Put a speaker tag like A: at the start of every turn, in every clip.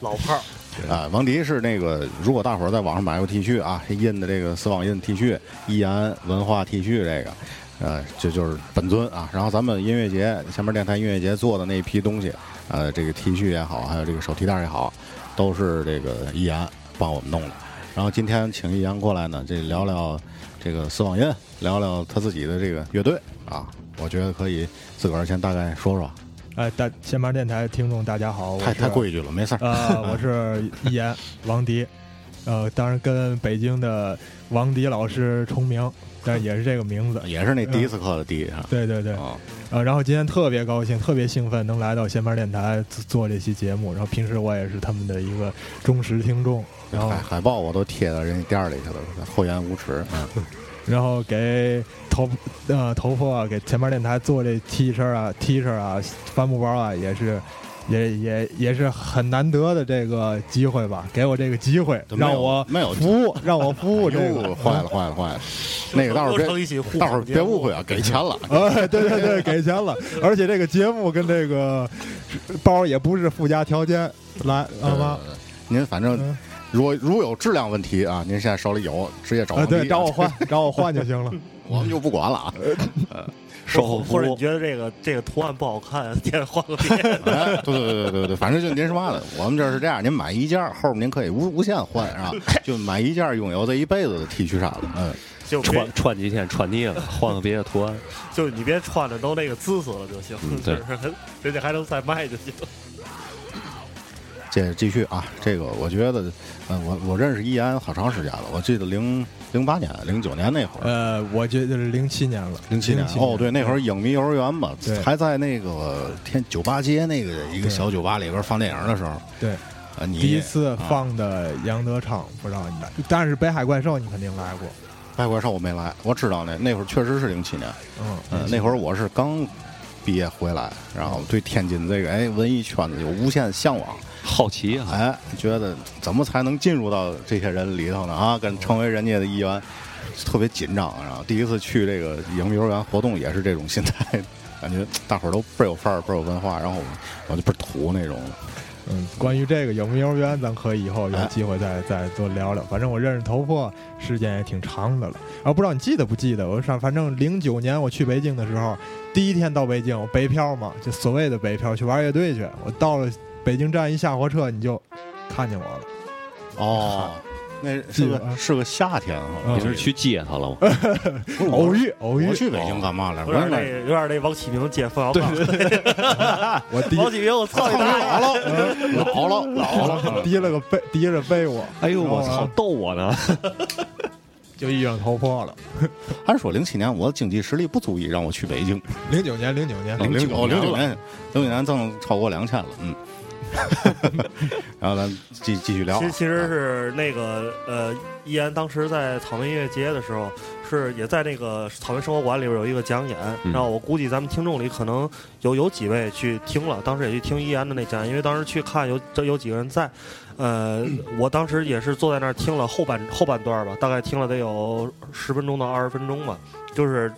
A: 老炮儿，
B: 啊，王迪是那个，如果大伙儿在网上买过 T 恤啊，印的这个丝网印 T 恤，易安文化 T 恤这个，呃，这就是本尊啊。然后咱们音乐节前面电台音乐节做的那批东西，呃，这个 T 恤也好，还有这个手提袋也好，都是这个易安帮我们弄的。然后今天请易安过来呢，这聊聊这个丝网印，聊聊他自己的这个乐队啊，我觉得可以自个儿先大概说说，
C: 哎，大前面电台听众大家好，我
B: 太
C: 是
B: 太规矩了，没事儿。
C: 呃，我是一言王迪，呃，当然跟北京的王迪老师重名，但也是这个名字。
B: 也是那迪斯科的迪啊，
C: 对对对，
B: 啊，
C: 呃，然后今天特别高兴，特别兴奋，能来到闲班电台做做这期节目。然后平时我也是他们的一个忠实听众，然后
B: 海海报我都贴到人家店儿里去了，厚颜无耻。嗯，
C: 然后给头呃头破、啊、给前面电台做这 T 恤啊 T 恤啊帆布包啊也是。也也也是很难得的这个机会吧，给我这个机会，
B: 都没有
C: 让我
B: 没有
C: 服务，让我服务这
B: 哟，
C: 个。
B: 哎
C: 嗯
B: 坏了坏了坏了，那个大伙
A: 又成
B: 儿
A: 一起互
B: 别
A: 捧
B: 大伙儿别误会啊，给钱 了。
C: 哎，对对对，给钱了，而且这个节目跟这个包也不是附加条件，来好吗？
B: 您反正
C: 嗯
B: 如果如有质量问题啊，您现在手里有，直呃接找
C: 啊，
B: 王迪
C: 对，找我，换，找我换就行了。
B: 我们就不管了 啊。
D: 售后服
A: 或者你
D: 务。
A: 觉得这个这个图案不好看，先换 个别的。
B: 哎，对对对对对，反正就您什么的，我们这是这样，您买一件，后面您可以无无限换 啊，就买一件拥有这一辈子的 T 恤衫了。嗯，
A: 就别
D: 穿穿几天 穿腻了，换个别的图案。
A: 就你别穿的都那个姿势了就行，
D: 嗯
A: 就
D: 对
A: 是人家还能再卖就行。
B: 接着继续啊，这个我觉得，呃，我我认识易安好长时间了，我记得零零八年、零九年那会儿，
C: 呃，我觉得是零七年了，
B: 零七年哦，对，那会儿影迷幼儿园嘛
C: 对，
B: 还在那个天酒吧街那个一个
C: 对
B: 小酒吧里边放电影的时候，
C: 对，
B: 啊，你
C: 第一次放的杨德昌，不知道你来，但是北海怪兽你肯定来过，
B: 外国少我没来，我知道那那会儿确实是零七年，
C: 嗯，
B: 嗯，那会儿我是刚毕业回来，然后对天津这个哎文艺圈子有无限向往，
D: 好奇
C: 嗯
D: 啊，
B: 哎，觉得怎么才能进入到这些人里头呢？啊，跟成为人家的一员，特别紧张。然后第一次去这个影迷幼儿园活动，也是这种心态，感觉大伙儿都倍儿有范儿，倍儿有文化。然后我我就倍儿土那种。
C: 嗯，关于这个有没有缘，咱可以以后有机会再、再多聊聊。反正我认识头破时间也挺长的了，然后不知道你记得不记得？我上反正零九年我去北京的时候，第一天到北京，我北漂嘛，就所谓的北漂去玩乐队去。我到了北京站一下火车，你就看见我了。
B: 哦，那是
C: 记得
B: 个
C: 啊
B: 是个夏天，好
D: 你
B: 像
D: 是去接他了吗？
B: 不是我
C: 偶遇偶遇
B: 我，去北京干嘛来？
A: 有
B: 我也
A: 点那
B: 没
A: 有点那王启明接冯小刚，
C: 我提
A: 王启明我操你大爷！
B: 老了，老了，老了。
C: 提了个背，提着被窝，
D: 哎 呦，
C: 然后
B: 哦
D: 我操，
C: 啊，
D: 逗我呢！
C: 就遇上头破了。
B: 按说零七年我的经济实力不足以让我去北京，
C: 哦零九年，零九年，
B: 零零
D: 09年
B: 九年，零九年挣超过两千了，嗯。然后咱继继续聊啊。
A: 其其实是那个呃，依然当时在草莓音乐节的时候，是也在那个草莓生活馆里边有一个讲演，
D: 嗯
A: 然后我估计咱们听众里可能有有几位去听了，当时也去听依然的那讲演，因为当时去看有这有几个人在。呃，我当时也是坐在那儿听了后半后半段吧，大概听了得有十分钟到二十分钟吧。就是，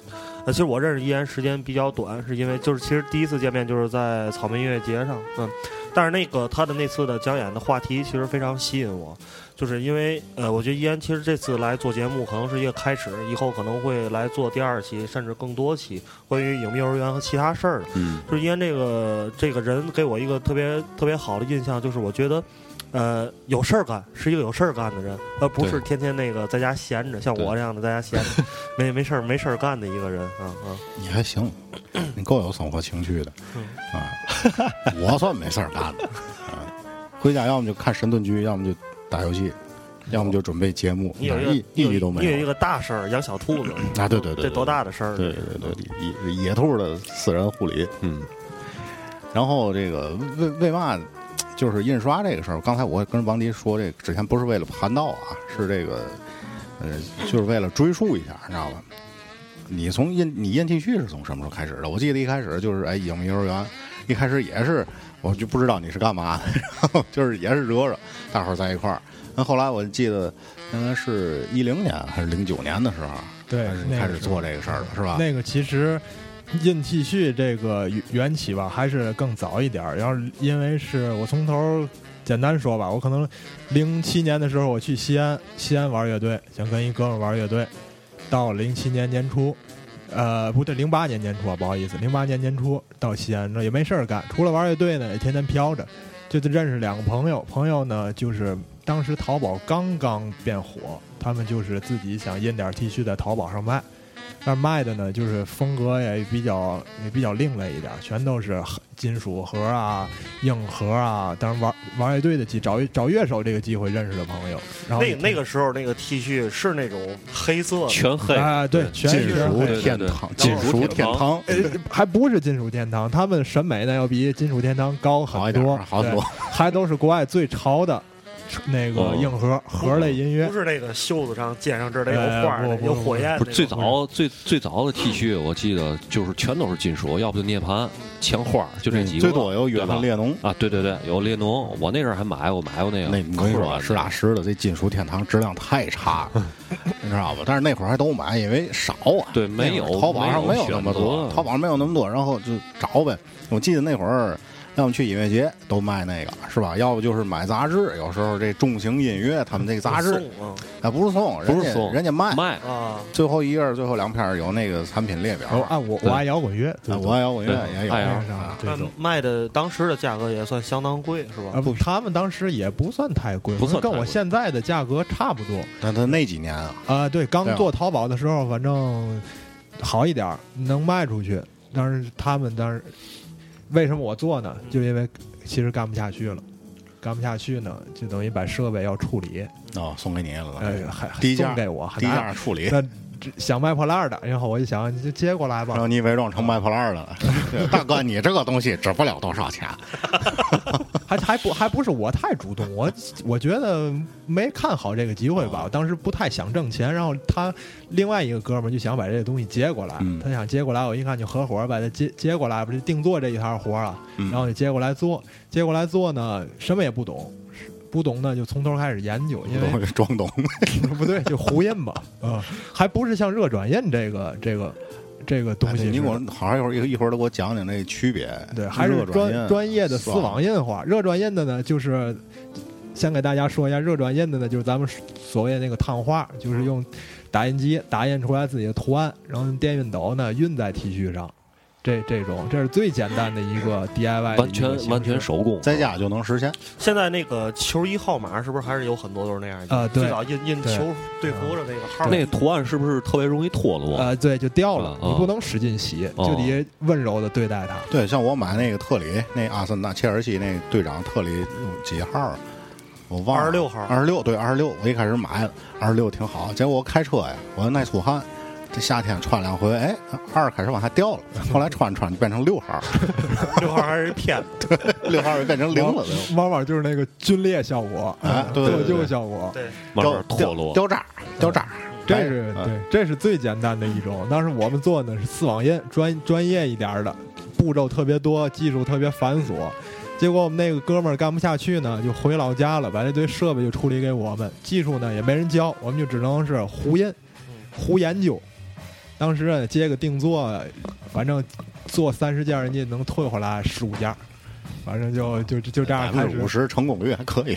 A: 呃，其实我认识依然时间比较短，是因为就是其实第一次见面就是在草莓音乐节上，嗯，但是那个他的那次的讲演的话题其实非常吸引我，就是因为呃，我觉得依然其实这次来做节目可能是一个开始，以后可能会来做第二期甚至更多期关于影迷幼儿园和其他事儿的。
D: 嗯
A: 就是因为这个这个人给我一个特别特别好的印象，就是我觉得。呃，有事儿干，是一个有事儿干的人，而不是
D: 对
A: 天天那个在家闲着，像我这样的在家闲着，没没事儿没事儿干的一个人啊啊！
B: 你还行，你够有生活情趣的
A: 嗯
B: 啊！我算没事儿干的啊，回家要么就看神盾局，要么就打游戏，要么就准备节目，
A: 你有一个
B: 一
A: 你
B: 一
A: 有
B: 句都没
A: 你有一
B: 有。
A: 个大事儿，养小兔子
B: 啊对对对
A: 这多大的事儿？
B: 对对对，对野野兔的私人护理。
D: 嗯，
B: 然后这个为为嘛就是印刷这个事儿？刚才我跟王迪说，这个之前不是为了盘道啊，是这个呃，就是为了追溯一下，你知道吧？你从印你印 T 恤是从什么时候开始的？我记得一开始就是哎，影迷幼儿园一开始也是我就不知道你是干嘛的， 然后就是也是惹惹大伙儿在一块儿。那后来我记得应该是一零年还是零九年的时候，啊
C: 对
B: 开始，
C: 那
B: 开
C: 个
B: 始
C: 时候
B: 做这个事儿了，是吧？
C: 那个其实印 T 恤这个缘起吧，还是更早一点儿。然后因为是我从头儿简单说吧，我可能零七年的时候我去西安，西安玩乐队，想跟一哥们儿玩乐队，到零七年年初。呃，不对，零八年年初啊，不好意思，零八年年初到西安，那也没事儿干，除了玩乐队呢，也天天飘着，就就认识两个朋友，朋友呢就是当时淘宝刚刚变火，他们就是自己想印点儿 T 恤在淘宝上卖，但是卖的呢，就是风格也比较也比较另类一点，全都是金属盒啊、硬盒啊。当然玩玩乐队的机找找乐手这个机会认识的朋友，然后
A: 那那个时候那个 T 恤是那种黑色的，
D: 全黑，
C: 啊，对，全
B: 金
C: 是
B: 属
D: 对对
B: 天
D: 对
B: 堂，
D: 金
B: 金属
D: 属天
B: 天
D: 堂
B: 堂。
C: 呃还不是金属天堂，他们审美呢要比金属天堂高
B: 好一
C: 很
B: 点
C: 多，
B: 儿，好很
C: 对
B: 多，。
C: 还都是国外最潮的那个
D: 哦
C: 硬盒盒类音乐
A: 不。是那个袖子上、肩上这儿得有画儿
C: 哎
A: 的、
C: 不不
A: 有火焰的那种。
D: 不是最早最最早的 T 恤，我记得就是全都是金属，要不就涅槃、墙花，就这几个。
B: 嗯最多有
D: 对
B: 远
D: 吧
B: 的列侬。
D: 啊，对对对，有列侬，我那阵儿还买，我买过那个。
B: 那我跟你
D: 可
B: 说
D: 软
B: 啊，
D: 了
B: 实打实的，这金属天堂质量太差 了，你知道吧？但是那会儿还都买，因为少啊。
D: 对
B: 那会儿
D: 没有
B: 淘宝上
D: 没有
B: 有那么
D: 选
B: 多，
D: 择
B: 淘宝上没有那么多，然后就找呗。我记得那会儿，要么去音乐节都卖那个，是吧？要不就是买杂志，有时候这重型音乐他们那个杂志
A: 送啊
B: 啊，不是送，人
D: 不
B: 家
D: 是送，
B: 人家卖。
D: 卖
A: 啊，
B: 最后一页儿、最后两片儿有那个产品列表
C: 哦，，按我我
D: 啊对
C: 爱摇滚乐，
B: 啊我爱摇滚乐
D: 对哎
B: 也有
D: 爱摇
C: 那
B: 啊
C: 个上这
A: 那
C: 种。
A: 卖的当时的价格也算相当贵，嗯是吧？
C: 啊不，他们当时也不算太贵，
D: 不算
C: 跟
D: 太
C: 我
D: 贵
C: 现在的价格差不多。
B: 但他那几年啊，
C: 啊，对，刚
B: 对啊
C: 做淘宝的时候，反正好一点儿，能卖出去。但是他们当时为什么我做呢？就因为其实干不下去了，干不下去呢，就等于把设备要处理，
B: 哦，送给你了，
C: 呃，还还
B: 低价
C: 送给我，还
B: 低
C: 拿
B: 价处理。
C: 那只想卖破烂儿的，然后我就想你就接过来
B: 然
C: 吧
B: 后。你伪装成卖破烂儿的了，对 大哥，你这个东西值不了多少钱。
C: 还还不还不是我太主动，我我觉得没看好这个机会吧。
B: 啊
C: 我当时不太想挣钱，然后他另外一个哥们儿就想把这个东西接过来，
B: 嗯
C: 他想接过来，我一看就合伙儿把它接接过来，不是定做这一摊活儿啊，
B: 嗯
C: 然后就接过来做，接过来做呢，什么也不懂。不懂呢，就从头开始研究，因为
B: 我装懂，
C: 不对，就胡印吧，啊、还不是像热转印这个这个这个东西似的。
B: 哎你给我好好一会儿一会儿都给我讲讲那区别。
C: 对，还是
B: 热转
C: 专
B: 印
C: 专业的丝网印花。热转印的呢，就是先给大家说一下，热转印的呢，就是咱们所谓那个烫画，就是用打印机打印出来自己的图案，然后用电熨斗呢熨在 T 恤上。这这种，这是最简单的一个 DIY，
B: 哎
C: 的一
D: 完
C: 个形
D: 全
C: 式
D: 完全手工，
B: 在家就能实现。
A: 现在那个球衣号码是不是还是有很多都是那样的？
C: 啊对
A: 最早印印
C: 对
A: 球队服的那个 号，
D: 那图案是不是特别容易脱落？
C: 呃，对，就掉了
D: 啊，
C: 你不能使劲洗，
D: 哦
C: 就得温柔的对待它。
B: 对，像我买那个特里，那阿森纳切尔西那队长特里几号啊？我忘了。
A: 26号
B: 二十六对，二十六。我一开始买了二十六挺好，结果我开车呀，我那耐粗汗，这夏天穿两回，哎，二开始往下掉了，后来穿着穿着就变成六号，
A: 六号还是骗子。
B: 六号就变成零了，就
C: 往往就是那个皲裂效果，
B: 哎对对
C: 做
B: 对
C: 旧
B: 对
C: 效果，
A: 对，
D: 慢
B: 掉
D: 慢脱落。
B: 掉渣儿，
C: 嗯
B: 掉渣儿，
C: 这是
B: 哎
C: 对，这是最简单的一种。当时我们做的是丝网印，专专业一点儿的，步骤特别多，技术特别繁琐。结果我们那个哥们儿干不下去呢，就回老家了，把这堆设备就处理给我们，技术呢也没人教，我们就只能是胡印、胡研究。当时啊接个定做，反正做三十件，人家能退回来十五件儿，反正就就就就这
B: 百
C: 样
B: 分
C: 开
B: 之
C: 始
B: 五十成功率还可 以，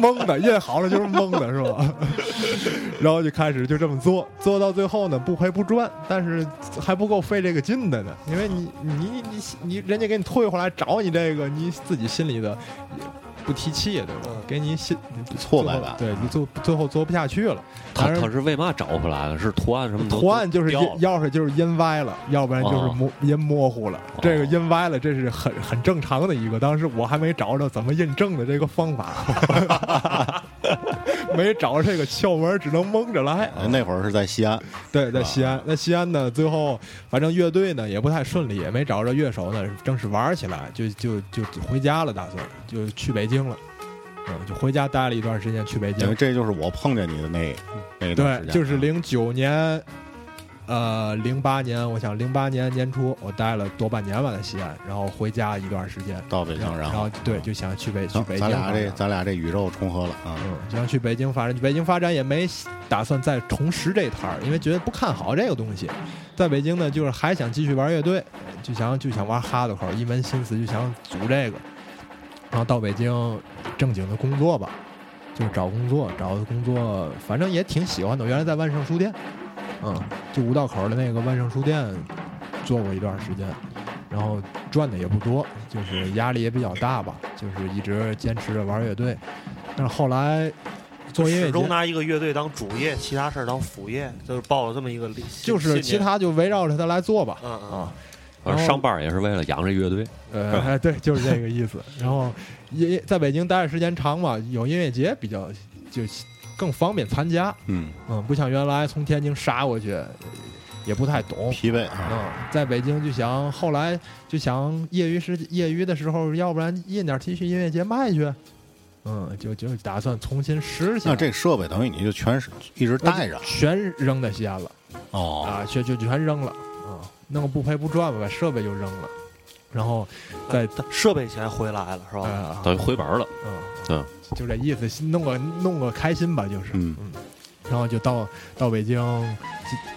C: 蒙的，印好了就是蒙的，是吧？ 然后就开始就这么做，做到最后呢，不赔不赚，但是还不够费这个劲的呢，因为你你你你人家给你退回来找你这个，你自己心里的也不提气，对吧？给你心
B: 挫败感。
C: 对，你做最后做不下去了。
D: 他
C: 当
D: 他
C: 然
D: 是为嘛找回来的？是图案什么都？
C: 图案就是
D: 都
C: 印
D: 掉了
C: 要是就是印歪了，要不然就是
D: 哦
C: 模印模糊了。
D: 哦
C: 这个印歪了，这是很很正常的一个。当时我还没找着怎么印证的这个方法， 没找着这个窍门，只能蒙着来。
B: 哎那会儿是在西安， 吧
C: 对，
D: 啊
C: 在西安，那西安呢，最后反正乐队呢也不太顺利，也没找着乐手呢，正式玩起来，就就就就回家了，打算就去北京了。嗯，就回家待了一段时间，去北京
B: 因为。这就是我碰见你的那那一段时，
C: 对
B: 间，啊
C: 就是零九年，呃，零八年，我想零八年年初，我待了多半年吧在西安，然后回家一段时间，
B: 到北京，
C: 然
B: 后
C: 对，就想去北去
B: 行
C: 北，京
B: 咱
C: 发
B: 俩这
C: 展。
B: 咱俩这宇宙重合了啊，
C: 嗯，就想去北京发展，北京发展也没打算再重拾这摊儿，因为觉得不看好这个东西。在北京呢，就是还想继续玩乐队，就想就想玩哈的口，一门心思就想组这个。然后到北京正经的工作吧，就是找工作，找的工作反正也挺喜欢的。我原来在万盛书店，嗯，就五道口的那个万盛书店做过一段时间，然后赚的也不多，就是压力也比较大吧，就是一直坚持着玩乐队。但是后来做音乐
A: 始
C: 节
A: 终拿一个乐队当主业，其他事儿当副业，就是抱着这么一个理
C: 就是其，他就围绕着它来做吧，
A: 信念嗯嗯，
C: 啊，
D: 反正上班也是为了养这乐队。
C: 呃，哎对，就是这个意思。然后也在北京待的时间长嘛，有音乐节比较就更方便参加，
B: 嗯，
C: 嗯，不像原来从天津杀过去，也不太懂。
B: 疲惫，啊
C: 嗯，在北京就想，后来就想业余时业余的时候，要不然印点 T 恤，音乐节卖去，嗯，就就打算重新拾起
B: 那
C: 来。
B: 啊这设备等于你就全是一直带着
C: 全扔在西安了。
B: 哦，
C: 啊，全就全扔了啊，弄个不赔不赚吧，把设备就扔了，然后再
A: 他设备钱回来了是吧？
C: 啊
D: 等于回本了，
C: 嗯
D: 嗯，
C: 就这意思，弄个弄个开心吧，就是，
B: 嗯
C: 然后就到到北京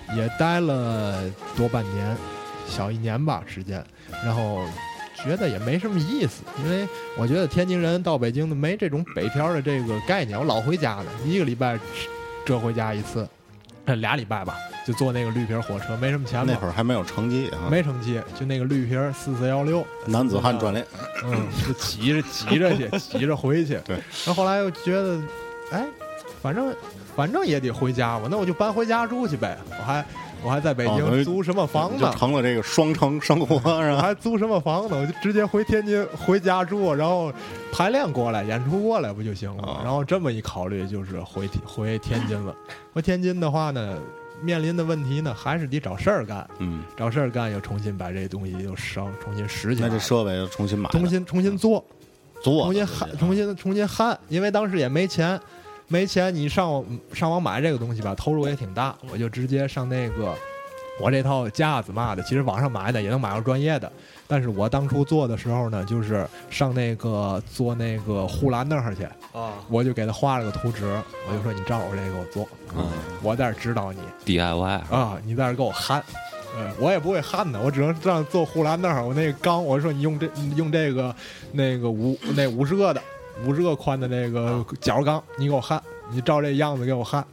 C: 就也待了多半年，小一年吧时间，然后。觉得也没什么意思，因为我觉得天津人到北京的没这种北漂的这个概念。我老回家的，一个礼拜折回家一次，呃俩礼拜吧，就坐那个绿皮儿火车，没什么钱嘛。
B: 那会儿还没有成绩啊，
C: 没成绩，就那个绿皮儿四四幺六，
B: 男子汉专列，
C: 嗯， 就急着急着去，急着回去。
B: 对，
C: 然后后来又觉得，哎，反正反正也得回家嘛，那我就搬回家住去呗。我还我还在北
B: 哦等
C: 京
B: 于
C: 租什么房子
B: 就，
C: 嗯
B: 成了这个双城生活是
C: 我
B: 吧？
C: 还租什么房子，我就直接回天津回家住，然后排练过来，演出过来不就行了吗
B: 哦？
C: 然后这么一考虑，就是回天回天津了。回天津的话呢，面临的问题呢，还是得找事儿干。
B: 嗯，
C: 找事儿干，又重新把这东西又烧，重新拾起来。
B: 那这设备又重新买了，嗯
C: 重新重新做，
B: 做
C: 重
B: 的
C: 新
B: 这
C: 焊，
B: 些
C: 重新重新焊，因为当时也没钱，没钱你上网上网买这个东西吧，投入也挺大，我就直接上那个我这套架子嘛的，其实网上买的也能买到专业的，但是我当初做的时候呢，就是上那个做那个护栏那儿去，
A: 啊，
C: 我就给他画了个图纸，我就说你照我这个我做，
D: 嗯
C: 我在这儿指导你，
D: ，DIY
C: 啊，你在这儿给我焊。呃，我也不会焊的，我只能这样做护栏那儿。我那个钢，我说你用这你用这个那个五那五十个的五十个宽的那
B: 啊
C: 个角钢，你给我焊，你照这样子给我焊。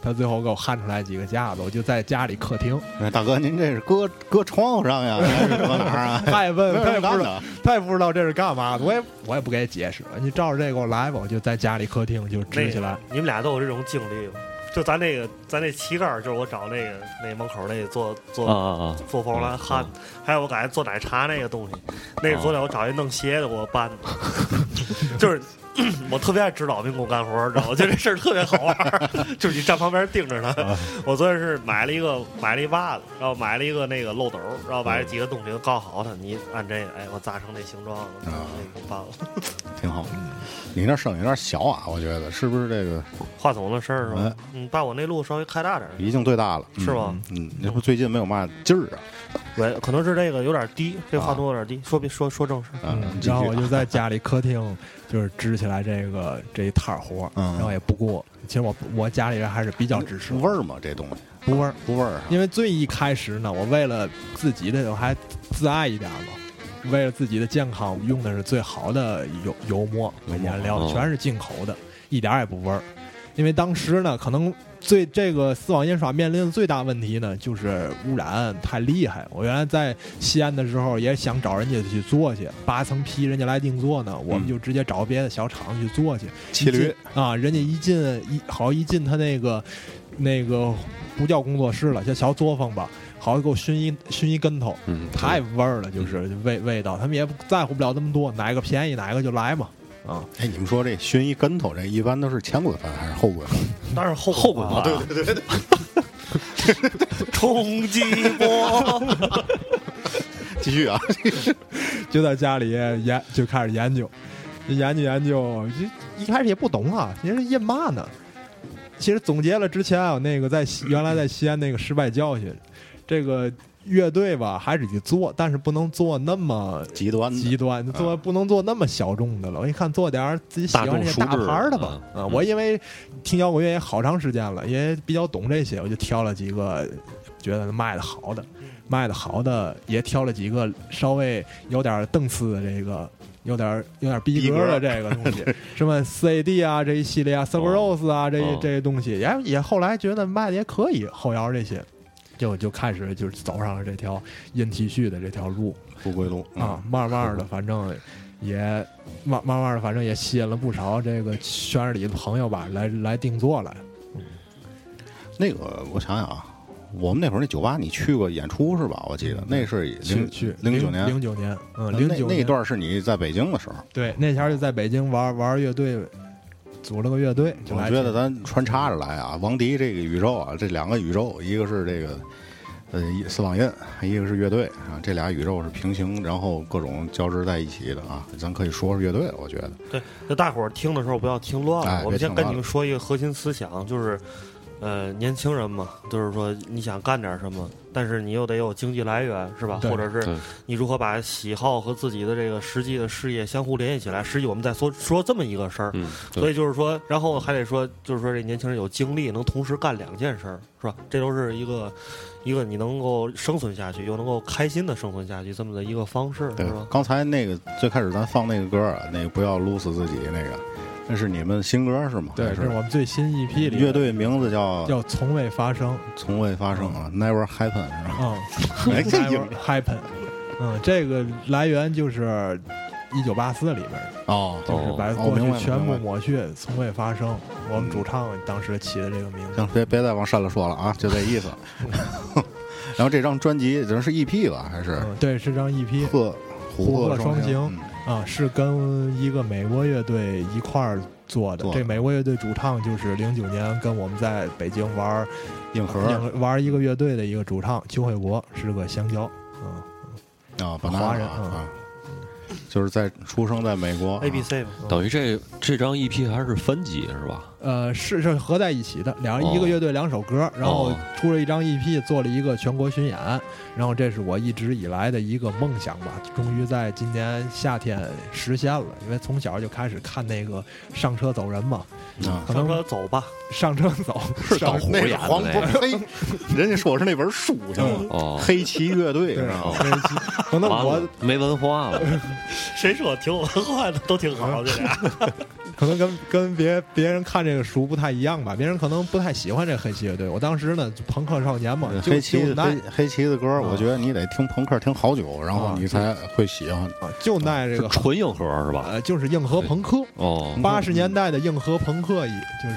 C: 他最后给我焊出来几个架子，我就在家里客 厅。
B: 哎大哥，您这是搁搁窗户 上呀，还是搁哪儿啊？
C: 他也问，他
B: 没
C: 也
B: 有
C: 不
B: 干
C: 知道，
B: 的，
C: 他也不知道这是干嘛的。我也我也不给解释，你照着这给我来吧。我就在家里客厅就支起来。
A: 你们俩都有这种经历吗？就咱那个，咱那旗杆儿，就是我找那个那门口那做做
D: 啊啊啊！
A: 做风
B: 嗯
A: 兰焊，还有我 感觉做奶茶那个东西，那是昨天我找一弄鞋的给我搬的，就是 我特别爱指导民工干活儿，知道吗？我觉得这事儿特别好玩儿， 就是你站旁边盯着
B: 嗯
A: 他。我昨天是买了一个买了一袜子，然后买了一个那个漏斗，然后把
B: 嗯
A: 这几个东西都搞好它，你按这个，哎，我扎成这形状了，
B: 啊
A: 那个办了。
B: 挺好。你那声音有点小啊，我觉得是不是这个
A: 话筒的事儿是吧？嗯，把我那路稍微开大点儿，
B: 已经最大了？哎嗯
A: 是吗？
B: 嗯，那不最近没有嘛劲儿啊？
A: 喂，可能是这个有点低，这个话
B: 啊
A: 筒有点低。说别说说正事儿，
B: 嗯
C: 嗯，
B: 继续
C: 然后我就在家里客厅就是支起来这个这一摊儿活，
B: 嗯
C: 然后也不过。其实我我家里人还是比较支持
B: 不
C: 我，
B: 味儿吗？这东西
C: 不味儿。
B: 不味儿啊。
C: 因为最一开始呢，我为了自己的我还自爱一点嘛，为了自己的健康，用的是最好的油油墨嗯和颜料
D: 哦，
C: 全是进口的，一点儿也不味儿。因为当时呢，可能最这个丝网印刷面临的最大问题呢，就是污染太厉害。我原来在西安的时候也想找人家去做去，八层坯人家来定做呢，我们
B: 嗯
C: 就直接找别的小厂去做去。
B: 骑驴
C: 啊，人家一进一好一进他那个那个不叫工作室了，叫小作坊吧，好给我熏一熏一跟头，
D: 嗯，
C: 太味儿了，就是味味道，他们也不在乎不了那么多，哪个便宜哪个就来嘛。啊，
B: 哎，你们说这熏一跟头，这一般都是前滚翻还是后滚 翻？
A: 但是后后滚吧，对对对对， 冲击波。
B: 继续啊，
C: 就在家里研就开始研究，研究研究，就一开始也不懂啊，你是印嘛呢？其实总结了之前啊，那个在西原来在西安那个失败教训，这个乐队吧还是得做，但是不能做那么
B: 极端的
C: 极端，做不能做那么小众的了。我一看做点儿自己喜欢这些大牌儿的吧。
D: 大众熟知的
C: 啊，我因为听摇滚乐也好长时间了，也比较懂这些，我就挑了几个觉得卖的好的，卖的好的，也挑了几个稍微有点档次的这个。有点有点逼格的这个东西，什么 CAD 啊这一系列啊 s u b r o s e 啊这
D: 哦
C: 这些东西，也也后来觉得卖的也可以，后摇这些，就就开始就是走上了这条印 T 恤的这条路。
B: 不归路
C: 啊，，慢慢的，反正也慢慢慢的，反正也吸引了不少这个圈儿里的朋友吧，来来定做来。
B: 那个我想想啊，我们那会儿那酒吧你去过演出是吧？我记得那是
C: 嗯去
B: 零零
C: 去
B: 九
C: 零
B: 年，啊
C: 九年，嗯，
B: 那
C: 零九
B: 那那段是你在北京的时候。
C: 对那前儿就在北京玩玩乐队，组了个乐队，就
B: 我
C: 来
B: 觉得咱穿插着来啊，王迪这个宇宙啊，这两个宇宙，一个是这个呃一丝网印，一个是乐队啊，这俩宇宙是平行，然后各种交织在一起的啊。咱可以说说乐队了，我觉得
A: 对，那大伙儿听的时候不要听乱了。
B: 哎别
A: 我们先
B: 听
A: 跟
B: 乱
A: 你
B: 了
A: 们说一个核心思想，就是，呃，年轻人嘛，就是说你想干点什么，但是你又得有经济来源，是吧？
C: 对
A: 或者
D: 对
A: 是你如何把喜好和自己的这个实际的事业相互联系起来？实际我们在说说这么一个事儿。
D: 嗯，
A: 所
D: 对
A: 以就是说，然后还得说，就是说这年轻人有精力能同时干两件事儿，是吧？这都是一个一个你能够生存下去，又能够开心的生存下去这么的一个方式，
B: 对
A: 是吧。？
B: 刚才那个最开始咱放那个歌啊，那个不要撸死自己那个，那是你们新歌是吗？
C: 对，
B: 还
C: 这
B: 是
C: 是我们最新一批里
B: 乐队名字叫
C: 叫从未发生，
B: 从未发生啊，Never Happen 是吧？
C: 嗯
B: 哎这英
C: ，Never happen，嗯，这个来源就是一九八四里边儿的。
B: 哦
C: 就是把
B: 哦
C: 过
B: 明白
C: 去
B: 了
C: 全
B: 明白
C: 部
B: 了
C: 抹去，从未发生。我们主唱当时起的这个名字
B: 行，，别别再往深了说了啊，就这意思。 然后这张专辑咱是 EP 吧，还是
C: 嗯，对，是张 EP
B: 鹤
C: 虎
B: 鹤
C: 鹤双
B: 星？
C: 形
B: 嗯
C: 啊，是跟一个美国乐队一块儿做的
B: 做。的
C: 这美国乐队主唱就是零九年跟我们在北京玩儿
B: 嗯硬核
C: 两个玩一个乐队的一个主唱邱惠国，是个香蕉，嗯，
B: 啊，本
C: 华人
B: 啊啊，就是在出生在美国
A: A B C 嘛，
D: 等于这这张 EP 还是分级是吧？
C: 呃，是是合在一起的，两人
D: 哦
C: 一个乐队两首歌，然后
D: 哦
C: 出了一张 EP，做了一个全国巡演，然后这是我一直以来的一个梦想吧，终于在今年夏天实现了，因为从小就开始看那个上车走人嘛，
B: 啊，
C: 可能
A: 上车走吧，
C: 上车走 是
D: 导火
B: 那
D: 眼
B: 是
D: 的
B: 黄
D: 那
B: 渤
D: 个
B: 黑，人家说我是那本书行吗？
D: 哦，
B: 黑旗乐队
C: 嗯对哦
B: 是吧？，哦
C: 所以其可能
D: 完
C: 我
D: 了，没文化了，
A: 谁说挺有文化的都 挺好，这俩。
C: 可能跟跟别别人看这个书不太一样吧，别人可能不太喜欢这黑旗乐队，我当时呢就朋克少年嘛，就
B: 嗯黑旗
C: 就嗯耐
B: 黑黑旗的歌，我觉得你得听朋克听好久，然后
C: 嗯
B: 你才会喜欢。
C: 啊就耐这
D: 是
C: 个嗯
D: 纯硬核是吧？
C: 呃就是硬核朋克。
D: 哦，
C: 八十年代的硬核朋克一就是，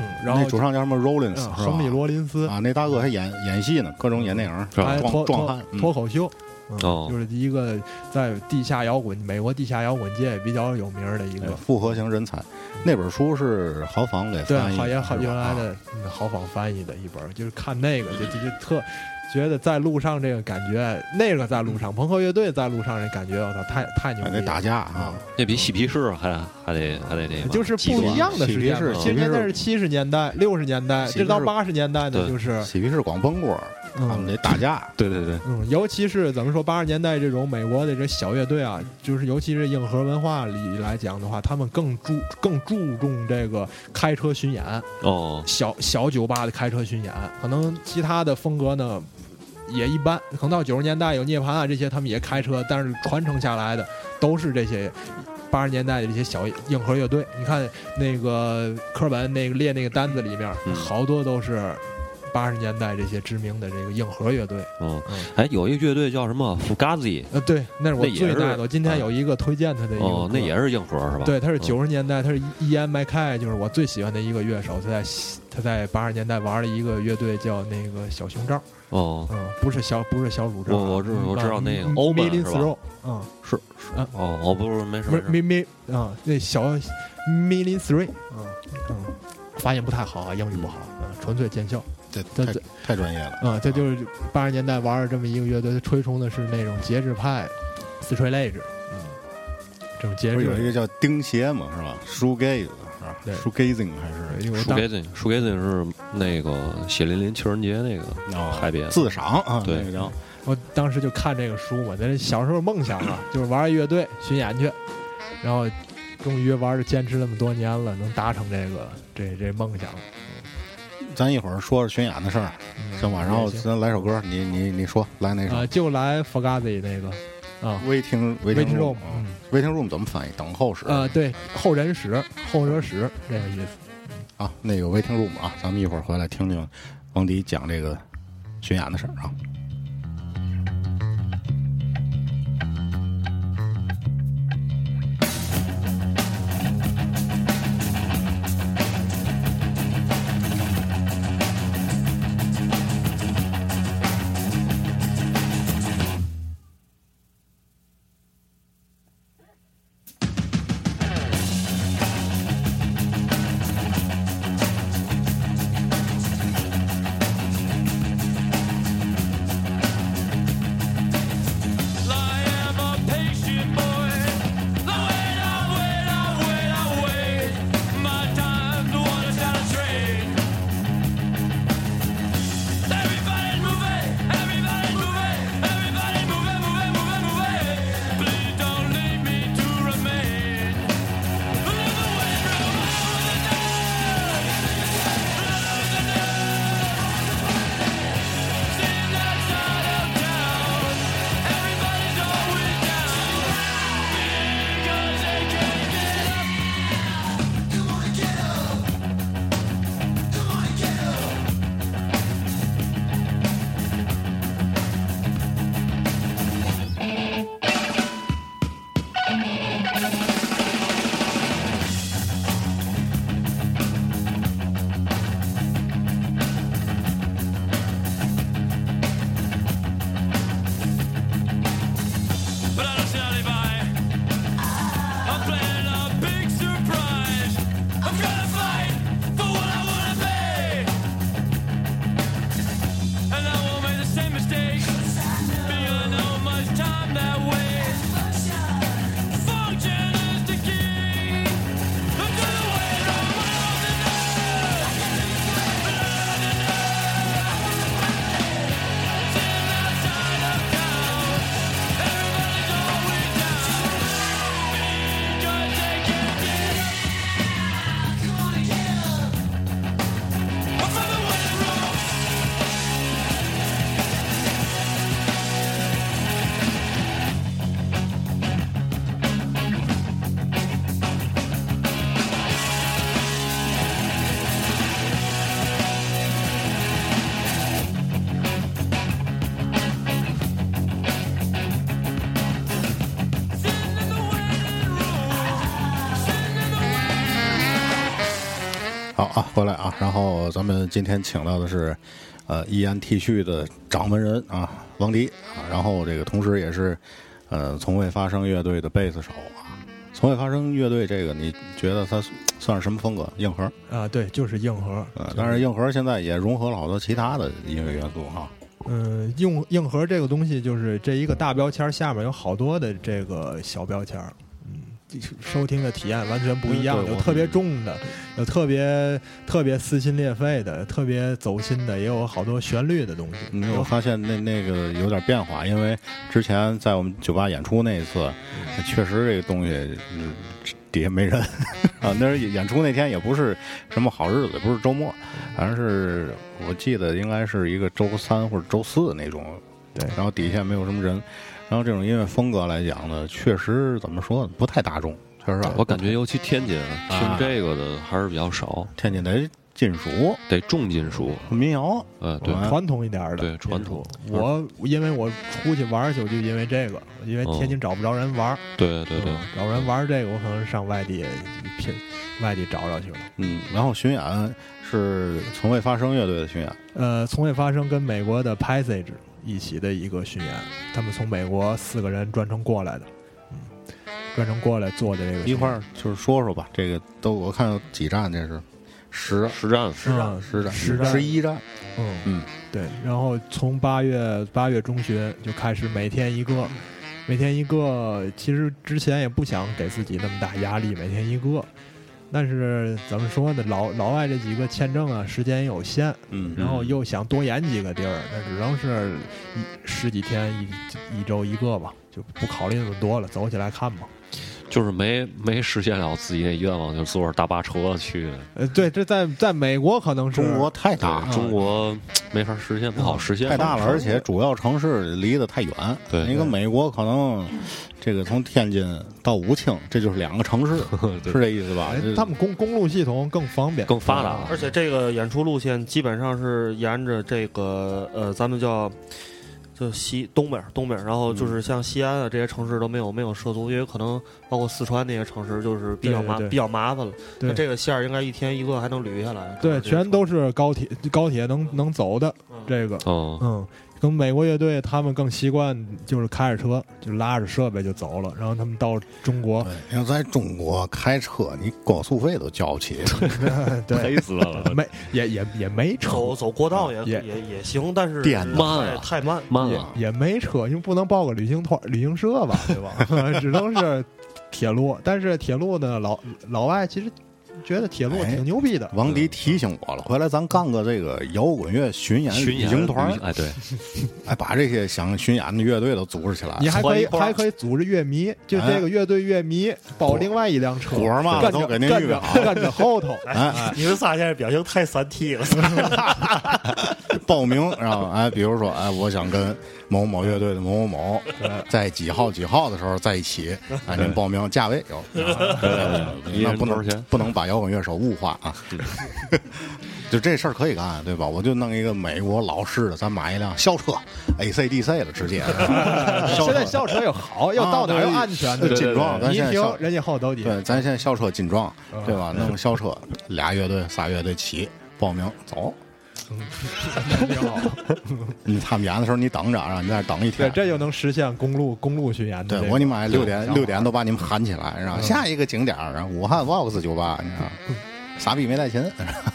C: 嗯，然后
B: 嗯那主唱叫什么
C: 嗯
B: Rollins，是吧
C: 亨利·罗林斯，
B: 啊，那大哥还演演戏呢，各种演电影，
D: 是吧
C: 还
B: 壮
C: 脱
B: 壮
C: 脱
B: 汉，嗯
C: 脱口秀，嗯
D: 哦
C: 就是一个在地下摇滚美国地下摇滚界比较有名儿的一个
B: 哎，复合型人才那本书是豪房给
C: 对，
B: 翻译的，
C: 好也好
B: 是吧
C: 原来
B: 啊
C: 的嗯豪仿翻译的一本儿，就是看那个就就就特觉得在路上这个感觉，那个在路上，朋克乐队在路上这感觉，我操，太太牛
B: 还
C: 逼
B: 得嗯
C: 了！
B: 打架
C: 啊
B: 啊，，
D: 那比嬉皮士还还得还得那个，
C: 就是
D: 极
C: 不
D: 端
C: 一样的时间
B: 喜
C: 嘛
B: 剧。是
C: 其
B: 喜剧
C: 实
B: 是
C: 那是七十年代、六十年代，
B: 喜剧
C: 这到
B: 是
C: 八十年代呢，
D: 对
C: 就是
B: 喜剧是光崩锅，他们
C: 嗯
B: 得打架，
D: 对对对，
C: 嗯，尤其是怎么说，八十年代这种美国的这小乐队啊，就是尤其是硬核文化里来讲的话，他们更注更注重这个开车巡演，
D: 哦，
C: 小小酒吧的开车巡演，可能其他的风格呢也一般。可能到九十年代有涅槃啊这些，他们也开车，但是传承下来的都是这些八十年代的这些小硬核乐队。你看那个科本那个列那个单子里面
D: 嗯，
C: 好多都是八十年代这些知名的这个硬核乐队。
D: 嗯
C: 嗯，
D: 哎，有一个乐队叫什么 Fugazi，
C: 呃，对，那是我
D: 那也
C: 最
D: 是啊
C: 爱的。我今天有一个推荐他的一个
D: 哦
C: 歌，，
D: 那也是硬核是吧？
C: 对，他是
D: 嗯
C: 九十年代，他是，E 伊伊安麦开，就是我最喜欢的一个乐手。他在西他在八十年代玩了一个乐队叫那个小熊罩，
D: 哦，
C: 嗯，不是小不是小乳罩啊，
D: 我我知道
C: 嗯
D: 我知道
C: 啊
D: 那个
C: 嗯
D: 欧
C: 梅
D: 曼
C: 林
D: 是
C: 斯
D: 吧
C: 肉，嗯，
D: 是是
C: 啊
D: 哦哦，不是没事
C: 不
D: 没
C: 是
D: 事，
C: 梅梅啊，那小梅林 three，嗯嗯，发音不太好啊，英语不好，嗯，纯粹见笑。
B: 这
C: 对
B: 太
C: 对
B: 太专业了。
C: 啊，这就是八十年代玩儿这么一个乐队，他吹崇的是那种节制派、斯吹类制，嗯，这种节
B: 不
C: 制
B: 是有一个叫钉鞋嘛，是吧？shoegaze 是吧
C: 对
B: ？shoegazing 还是
C: 因为我
D: 舒
C: 当
D: 给顿，舒给顿是那个血淋淋情人节那个
B: 哦
D: 海边，
B: 自赏啊？
D: 对
B: 那个叫
C: 我当时就看这个书嘛，咱小时候梦想啊， 就是玩乐队巡演去，然后终于玩着坚持那么多年了，能达成这个这这梦想。
B: 咱一会儿说说巡演的事儿，
C: 嗯
B: 行吧？然后
C: 也行
B: 咱来首歌，你你你说来哪首
C: 啊、就来 f o g a z i 那个啊
B: ？waiting
C: ，Waiting
B: waiting
C: Room，
B: room 啊
C: 嗯
B: waiting room 怎么翻译？等候室
C: 呃，对，后人史、后者史这个意思。
B: 啊？那个 waiting room 啊，咱们一会儿回来听听王迪讲这个巡演的事儿啊。
E: But I don't see anybody. I'm planning a big surprise. I'm gonna fight for what I wanna be. And I won't make the same mistake. Beyond how much time that waits. Function is the key. I'm gonna wait around and I'm from the waiting room. Sitting in the waiting room. Sitting in the waiting room.
B: 好啊，回来啊，然后咱们今天请到的是呃易安 T 恤的掌门人啊王迪啊，然后这个同时也是呃从未发生乐队的贝斯手啊。从未发生乐队这个，你觉得它算是什么风格？硬核，
C: 啊，对，就是硬核。
B: 呃，但是硬核现在也融合了好多其他的音乐元素啊哈、
C: 嗯，硬硬核这个东西，就是这一个大标签儿下面有好多的这个小标签儿，嗯，收听的体验完全不一样，
B: 嗯对
C: 有
B: 我
C: 特别重的，有特别特别撕心裂肺的，特别走心的，也有好多旋律的东西。
B: 嗯，我发现那那个有点变化，因为之前在我们酒吧演出那一次，确实这个东西、嗯底下没人 啊。那是演出那天也不是什么好日子，也不是周末，反正是我记得应该是一个周三或者周四那种。
C: 对
B: 然后底下没有什么人，然后这种音乐风格来讲呢，确实怎么说呢，不太大众，确实啊
D: 我感觉尤其天津啊
B: 啊
D: 听这个的还是比较少，
B: 天津得金属、
D: 得重金属，
B: 民谣，
D: 呃，对
B: 我，们
C: 传统一点儿的，
D: 对传统
C: 这种。我因为我出去玩儿去，我就因为这个，因为天津找不着人玩儿，
D: 嗯对对对
C: 嗯，找人玩儿这个，我可能上外地偏外地找找去了。
B: 嗯，然后巡演是从未发生乐队的巡演。
C: 呃，从未发生跟美国的 Passage 一起的一个巡演，他们从美国四个人专程过来的，嗯，专程过来做的这个
B: 一块儿就是说说吧，这个都我看有几站，这是十
D: 实战
C: 是吧？
B: 十站、
C: 实战
B: 十一站，
C: 嗯
B: 嗯
C: 对。然后从八月八月中旬就开始每天一个，每天一个。其实之前也不想给自己那么大压力，每天一个。但是怎么说呢？老老外这几个签证啊，时间有限，
B: 嗯
C: 然后又想多演几个地儿，那只能是一十几天一一周一个吧，就不考虑那么多了，走起来看吧。
D: 就是没没实现了自己那愿望，就坐着大巴车去的。
C: 呃，对，这在在美国可能是
B: 中国太大
D: 对
B: 了，
D: 中国没法实现，不好实现，
B: 嗯太大了，而且主要城市离得太远。
D: 对
B: 你跟美国可能这个从天津到武清，这就是两个城 市，是这意思吧
C: 哎？
B: 这
C: 他们公公路系统更方便，
D: 更发达了
A: 而且这个演出路线基本上是沿着这个呃，咱们叫就西东北儿东北儿，然后
C: 嗯
A: 就是像西安啊这些城市都没有没有涉足，因为可能包括四川那些城市就是比较麻
C: 对对对
A: 比较麻烦了。
C: 对
A: 那这个线儿应该一天一个还能捋下来。
C: 对，全都是高铁高铁能能走的这个，
D: 哦，
C: 嗯。跟美国乐队，他们更习惯就是开着车，就拉着设备就走了。然后他们到中国，
B: 对，要在中国开车，你光速费都交不起。
C: 哎对，
D: 死了
C: 没也也也没车，
A: 走走国道也
C: 也
A: 也也行，但是
B: 电
A: 太
D: 慢啊
A: 太慢。
D: 慢了，
C: 也没车，因为不能报个旅行团、旅行 社吧，对吧？ 只能是铁路。但是铁路呢，老老外其实觉得铁路
B: 哎
C: 挺牛逼的。
B: 王迪提醒我了，回来咱干个这个摇滚乐巡演
D: 巡
B: 旅
D: 演
B: 行团
D: 旅，哎，对，
B: 哎，把这些想巡演的乐队都组织起来
C: 你。还可以
D: 团一块儿
C: 还可以组织乐迷，就这个乐队乐迷包另外一辆车，
B: 果儿哎嘛
C: 干
B: 都
C: 着
B: 给您
C: 干
B: 预
C: 着
B: 好
C: 干着 后头。
B: 哎，
A: 你们仨现在表情太三 T 了，
B: 报名，然后哎，比如说哎，我想跟某某乐队的某某某在几号几号的时候在一起， 哎，您报名，价位有，
D: 一
B: 那
D: 人
B: 不
D: 多少
B: 能
D: 钱？
B: 不能把摇滚乐手物化啊。 就这事儿可以干，啊对吧？我就弄一个美国老式的，咱买一辆校车，ACDC 了，直接。 校
C: 现在
B: 车
C: 校车又好，又到哪儿又安全的
B: 啊对，紧装，咱
C: 你一
B: 现在
C: 停
B: 校，
C: 人家后头底下
B: 对，咱现在校车金装，
D: 嗯
B: 对吧？弄个校车，俩乐队、仨乐队起报名走。
C: 挺好。
B: 你他们演的时候你等着，啊，你在那儿等一
C: 对，
B: 天。
C: 这就能实现公路公路巡演的
B: 对
C: 这个。
B: 我你妈六点
C: 想法
B: 六点都把你们喊起来，
D: 嗯
B: 然后下一个景点儿，然后武汉 VOX 酒吧，你知道，傻逼没带琴，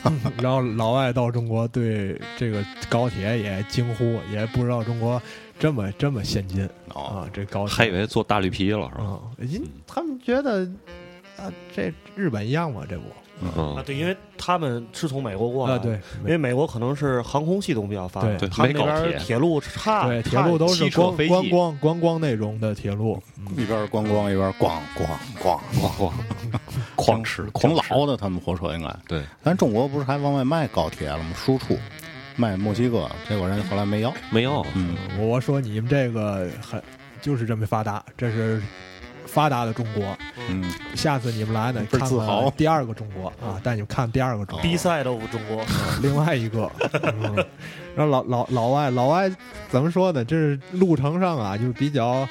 D: 嗯
C: 然后老外到中国对这个高铁也惊呼，也不知道中国这么这么先进
B: 哦，
D: 嗯
C: 啊！这高铁
D: 还以为做大绿皮了，是吧？
C: 啊，因他们觉得啊，这日本一样嘛，这不
A: 啊
D: 嗯，，
A: 对，因为他们是从美国过来
C: 啊
A: 的，
C: 对，
A: 因为美国可能是航空系统比较发达，
C: 对
A: 他们
D: 没
A: 那
D: 高
A: 边
D: 铁
A: 铁路差，
C: 对，铁
A: 差
C: 路都是
D: 汽车
C: 观
D: 飞机
C: 观光观光内容的铁路，
B: 一边咣咣一边咣咣咣
D: 哐哐哐吃，
B: 挺
D: 狂吃
B: 老的他们火车应该。
D: 对，
B: 咱中国不是还往外卖高铁了吗？输出卖墨西哥，结果人家后来没要。
D: 没要，
B: 嗯，
C: 我我说你们这个很就是这么发达，这是发达的中国。
B: 嗯，
C: 下次你们来呢，
B: 倍儿
C: 看
B: 自豪
C: 看第二个中国啊，带你们看第二个中国。
A: 逼赛的我们中国，
C: 另外一个，嗯、然后老老老外老外怎么说呢？这是路程上啊，就比较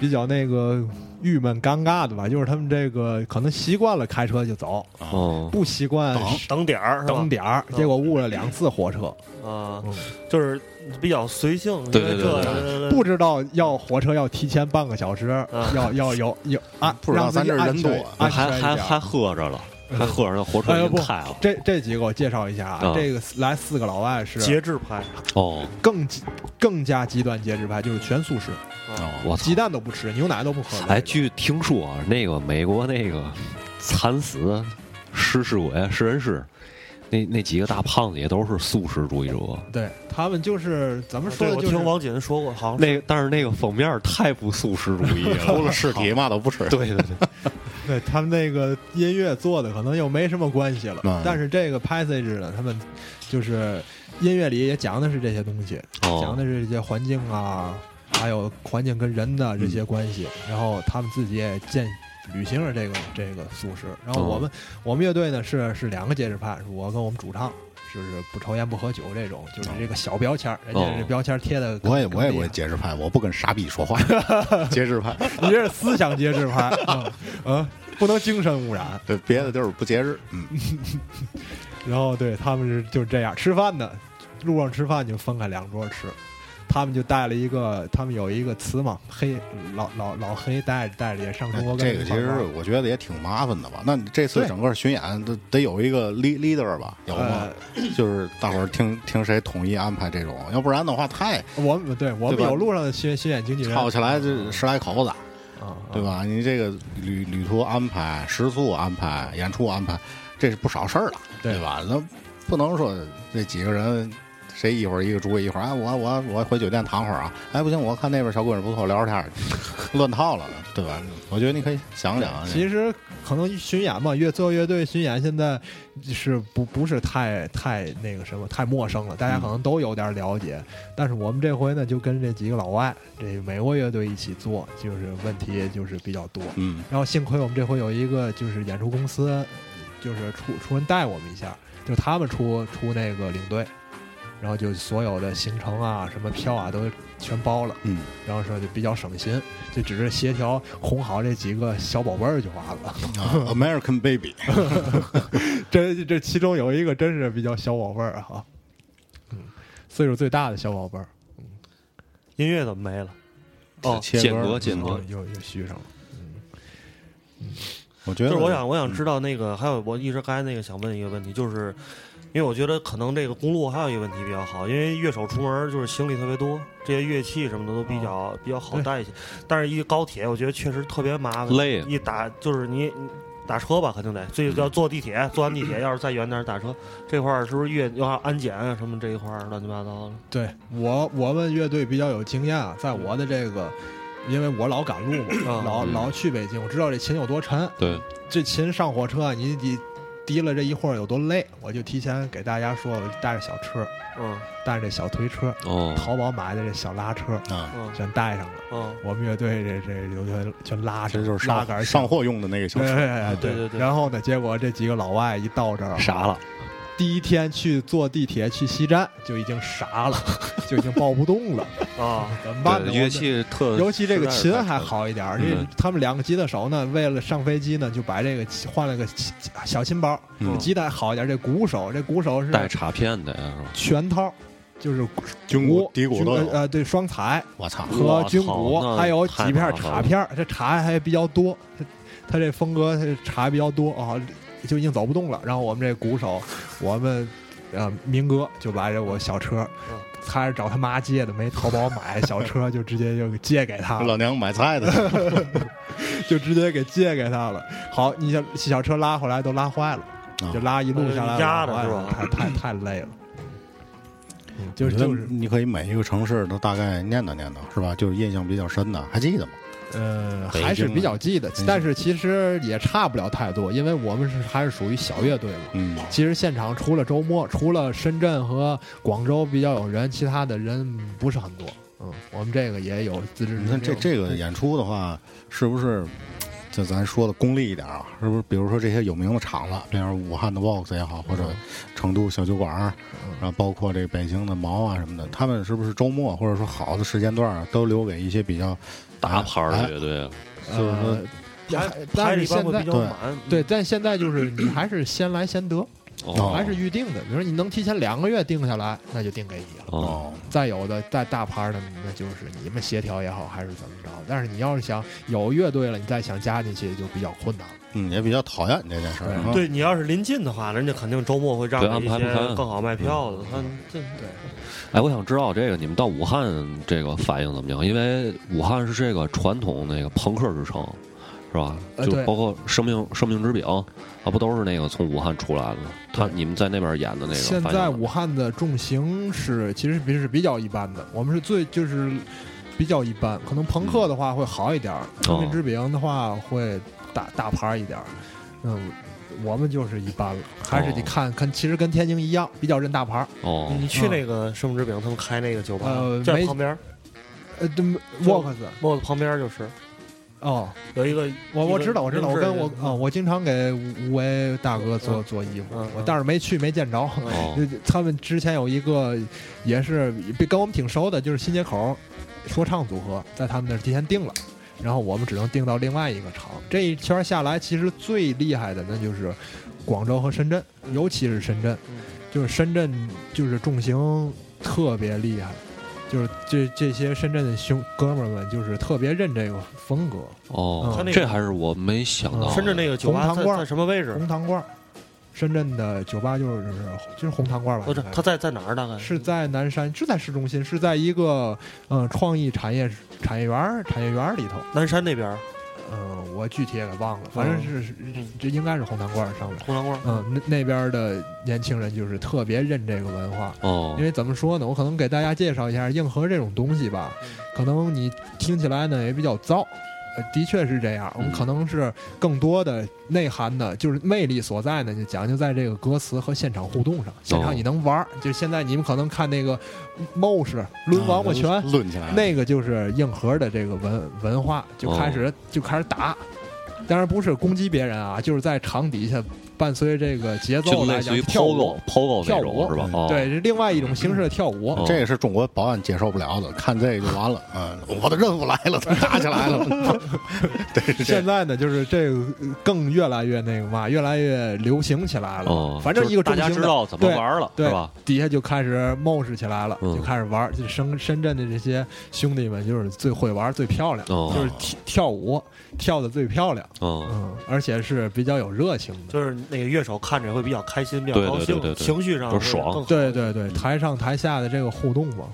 C: 比较那个郁闷、尴尬的吧，就是他们这个可能习惯了开车就走，
D: 哦，
C: 不习惯
B: 等嗯
A: 等点儿是吧
C: 等点嗯儿，结果误了两次火车，
A: 啊，就是比较随性，
D: 对
A: 因为
D: 对对
A: 这
B: 嗯
C: 不知道要火车要提前半个小时，要要有有啊，
B: 不知道
C: 让自己
B: 咱这人
C: 安全
B: 多
C: 安全
D: 还
C: 一
D: 还
C: 点
D: 还喝着了，还喝着了，火车
C: 哎
D: 已
C: 呦
D: 经
C: 不
D: 开了，
C: 这这几个我介绍一下啊
B: 嗯
D: 啊，
C: 这个来四个老外是
A: 节制派，
D: 哦，
C: 更极更加极端节制派，就是全素食，
D: 我操
C: 鸡！蛋都不吃，牛奶都不喝。
D: 哎，据听说啊，那个美国那个惨死食尸鬼、食人尸，那那几个大胖子也都是素食主义者。
C: 对他们就是咱们说
A: 对
C: 的
A: 我
C: 就是
A: 听王瑾说过，好像是
D: 那个但是那个封面太不素食主 义了，
B: 除了尸体嘛都不吃。
D: 嗯 对对对，
C: 对他们那个音乐做的可能又没什么关系了，
B: 嗯
C: 但是这个 passage 呢，他们就是音乐里也讲的是这些东西，讲
D: 哦
C: 的是这些环境啊，还有环境跟人的这些关系，
B: 嗯
C: 然后他们自己也践履行了这个这个素食。然后
D: 哦
C: 我们、我们乐队呢是是两个节制派，是我跟我们主唱。就是不抽烟不喝酒这种，就是这个小标签儿，人家这
D: 哦
C: 标签儿贴的。
B: 我也我也不是节制派，我不跟傻逼说 话，节制派。
C: 你这是思想节制派，嗯嗯，不能精神污染。
B: 对，别的就是不节制。嗯，
C: 然后对他们是就是这样吃饭的，路上吃饭就分开两桌吃。他们就带了一个，他们有一个词嘛，黑老老老黑带着带着也上中国跟
B: 哎这个其实我觉得也挺麻烦的吧。那你这次
C: 对
B: 整个巡演得得有一个 lead- leader 吧？有吗？
C: 呃，
B: 就是大伙儿听听谁统一安排这种，要不然的话太
C: 我们对我们
B: 对吧
C: 有路上的巡巡演经纪人
B: 吵起来这十来口子，
C: 啊，
B: 对吧？你这个旅旅途安排、食宿安排、演出安排，这是不少事儿了，
C: 对
B: 对吧？那不能说这几个人。谁一会儿一个主意，一会儿哎我我我回酒店躺会儿啊！哎不行，我看那边小姑娘不错，聊聊天儿， 乱套了，对吧？我觉得你可以想想啊，
C: 嗯其实可能巡演嘛，乐做乐队巡演现在是不不是太太那个什么太陌生了，大家可能都有点了解。但是我们这回呢，就跟这几个老外，这美国乐队一起做，就是问题就是比较多。
B: 嗯，
C: 然后幸亏我们这回有一个就是演出公司，就是出出人带我们一下，就他们出出那个领队，然后就所有的行程啊、什么票啊都全包了，
B: 嗯，
C: 然后说就比较省心，就只是协调哄好这几个小宝贝儿就完了。
B: 啊 American Baby，
C: 这这其中有一个真是比较小宝贝儿哈、啊，嗯，岁数最大的小宝贝儿，
A: 音乐怎么没了？哦，
D: 间隔间隔
C: 又，
B: 嗯
C: 又又续上了。
B: 我觉得
A: 就是我想，我
C: 嗯
A: 想知道那个，还有我一直刚才那个想问一个问题，就是因为我觉得可能这个公路还有一个问题比较好，因为乐手出门就是行李特别多，这些乐器什么的都比较、
C: 哦
A: 比较好带一些。但是一高铁，我觉得确实特别麻烦，
D: 累
A: 一打就是你你打车吧，肯定得，
C: 嗯
A: 最要坐地铁，坐完地铁要是再远点儿打车，这块儿是不是越要安检啊什么这一块儿乱七八糟的？
C: 对我，我们乐队比较有经验啊，在我的这个，因为我老赶路嘛，
A: 啊
C: 老
D: 嗯
C: 老去北京，我知道这琴有多沉，
D: 对，
C: 这琴上火车啊你你提了这一会儿有多累，我就提前给大家说，我就带着小车，
A: 嗯
C: 带着这小推车，
D: 哦
C: 淘宝买的这小拉车，
B: 啊，
A: 嗯
C: 全带上了。
A: 嗯，
C: 我们乐队这这就全全拉
B: 其
C: 着，
B: 实就是
C: 拉杆
B: 上
C: 儿嗯
B: 上
C: 小
B: 货用的那个小
C: 对
B: 车，
C: 对
A: 对对对
C: 然后呢，结果这几个老外一到这儿，
D: 傻了，
C: 第一天去坐地铁去西站就已经傻了，就已经抱不动了，
A: 啊，
C: 怎么办呢？
D: 对，
C: 我
D: 乐
C: 们
D: 器特，
C: 尤其这个
D: 实
C: 琴
D: 在是
C: 还
D: 太
C: 好一点儿，
D: 嗯
C: 这他们两个吉他手呢，为了上飞机呢，就把这个琴换了个琴小琴包，
D: 嗯
C: 吉他好一点儿，这鼓手这鼓手是
D: 带插片的是吧？
C: 全套，就是
B: 军鼓
C: 鼓、
B: 底鼓都
C: 军
B: 有，
C: 呃对双踩
B: 我操，
C: 和军
D: 我
C: 鼓，
D: 操那
C: 还有
D: 太
C: 几片
D: 麻
C: 儿
D: 烦
C: 镲
D: 了
C: 片儿，这镲还比较多，他他这风格他这镲比较多啊，就已经走不动了。然后我们这鼓手，我们呃明哥就把这我小车
A: 嗯。
C: 他是找他妈借的，没淘宝买，小车就直接就给借给他了。
B: 老娘买菜的，
C: 就直接给借给他了。好，你小小车拉回来都拉坏了，
D: 啊
C: 就拉一路下来
A: 压着
C: 拉坏了
A: 是吧
C: 太太太累了。嗯就是
B: 我觉得
C: 就是
B: 你可以每一个城市都大概念叨念叨，是吧？就是印象比较深的，还记得吗？
C: 呃，
B: 北京嗯
C: 还是比较记得
B: 京，
C: 但是其实也差不了太多，因为我们是还是属于小乐队嘛。
B: 嗯，
C: 其实现场除了周末，除了深圳和广州比较有人，其他的人不是很多。嗯，我们这个也有自知之
B: 你
C: 明。
B: 看这这个演出的话，是不是就咱说的功利一点啊，是不是？比如说这些有名的厂子，比如武汉的 Box 也好，或者成都小酒馆儿，然后包括这北京的毛啊什么的，他们是不是周末或者说好的时间段啊，都留给一些比较
D: 大牌儿
B: 哎
D: 的啊乐队，
B: 就是说
C: 还
A: 排
C: 呃但是
A: 的一般
C: 现
A: 会比
C: 在
A: 较嗯
B: 对
A: 满，
C: 对，但现在就是你还是先来先得，
D: 哦
C: 还是预定的。比如说你能提前两个月定下来，那就定给你了。
D: 哦，
B: 哦，
C: 再有的再大牌儿的，那就是你们协调也好，还是怎么着。但是你要是想有乐队了，你再想加进去就比较困难了。
B: 嗯，也比较讨厌这件事儿。嗯
A: 对你要是临近的话，人家肯定周末会让
D: 啊对
A: 你一
D: 安排嗯不
A: 些
D: 开
A: 更好卖票的。他这
D: 哎，我想知道这个你们到武汉这个反应怎么样？因为武汉是这个传统那个朋克之城，是吧？
C: 呃
D: 就
C: 对
D: 包括生命生命之饼啊，不都是那个从武汉出来的？他
C: 对
D: 你们在那边演的那个
C: 现
D: 反应怎么
C: 在
D: 样，
C: 武汉的重型是其实比是比较一般的，我们是最就是比较一般，可能朋克的话会好一点儿，生命之饼的话会大大牌一点儿，嗯。我们就是一般了，还是得看看，其实跟天津一样，比较认大牌儿。
D: 哦，
A: 你去那个生之饼，他们开那个酒吧
C: 呃，
A: 就在
C: 没
A: 旁边儿，
C: 呃，对
A: 就
C: ，Vox
A: 我旁边就是
C: 哦，
A: 有一个，
C: 我我知道，我知道，我跟我
A: 嗯
C: 啊，我经常给吴为大哥做做衣服
A: 嗯嗯，嗯
C: 我但是没去，没见着。
D: 哦，
C: 就他们之前有一个也是比跟我们挺熟的，就是新街口说唱组合，在他们那儿提前定了，然后我们只能定到另外一个场。这一圈下来，其实最厉害的那就是广州和深圳，尤其是深圳
A: 嗯，
C: 就是深圳就是重型特别厉害，就是这这些深圳的兄哥们儿们就是特别认这个风格，嗯
D: 哦，
A: 他那个
D: 这还是我没想到的。
A: 深圳那个酒
C: 红
A: 吧
C: 糖
A: 在
C: 罐儿
A: 在什么位置？
C: 红糖罐儿。深圳的酒吧就是就是红糖罐儿吧
A: 我，知
C: 应该
A: 哦他在在哪儿？大概
C: 是在南山，是在市中心，是在一个呃创意产业产业园儿产业园儿里头。
A: 南山那边儿，
C: 嗯、我具体也给忘了，反正是是这应该是红糖罐儿上面。
A: 红糖罐儿。
C: 嗯、那那边儿的年轻人就是特别认这个文化，
D: 哦
C: 因，为怎么说呢，我可能给大家介绍一下硬核这种东西吧，
D: 嗯
C: 可能你听起来呢也比较燥。呃的确是这样，我
D: 嗯
C: 们可能是更多的内涵的，就是魅力所在呢，就讲究在这个歌词和现场互动上。现
D: 哦
C: 场你能玩儿，就是现在你们可能看那个 Mosh
D: 啊
C: 抡王八拳，
B: 抡啊起来了，
C: 那个就是硬核的这个文文化，就开始、
D: 哦
C: 就开始打，当然不是攻击别人啊，就是在场底下伴随这个节
D: 就
C: 奏来
D: 类似
C: 讲
D: 于
C: 跳
D: POGO
C: 舞，
D: POGO
C: 跳
D: 那种
C: 舞
D: 是吧？
B: 嗯
D: 哦，
C: 对，是另外一种形式的跳舞。
D: 哦
B: 这个是中国保安接受不了的，看这个就完了啊、嗯我的任务来了，打起来了。 对，是这
C: 现在呢，就是这个呃更越来越那个嘛，越来越流行起来了。
D: 哦
C: 嗯反正一个
D: 就
C: 重
D: 是大家
C: 型
D: 知
C: 的，
D: 道怎么玩了，
C: 对
D: 是吧？
C: 底下就开始 mosh 起来了，
D: 嗯
C: 就开始玩。就深深圳的这些兄弟们，就是最会玩、最漂亮，
D: 哦
C: 就是跳跳舞跳的最漂亮，
D: 嗯，
C: 嗯，而且是比较有热情的。
A: 就是那个乐手看着会比较开心，比较
D: 对
A: 高
D: 对
A: 兴，
D: 对对对
A: 情绪上
D: 都爽
A: 会更好
C: 对对
D: 嗯
C: 对，台上台下的这个互动嘛，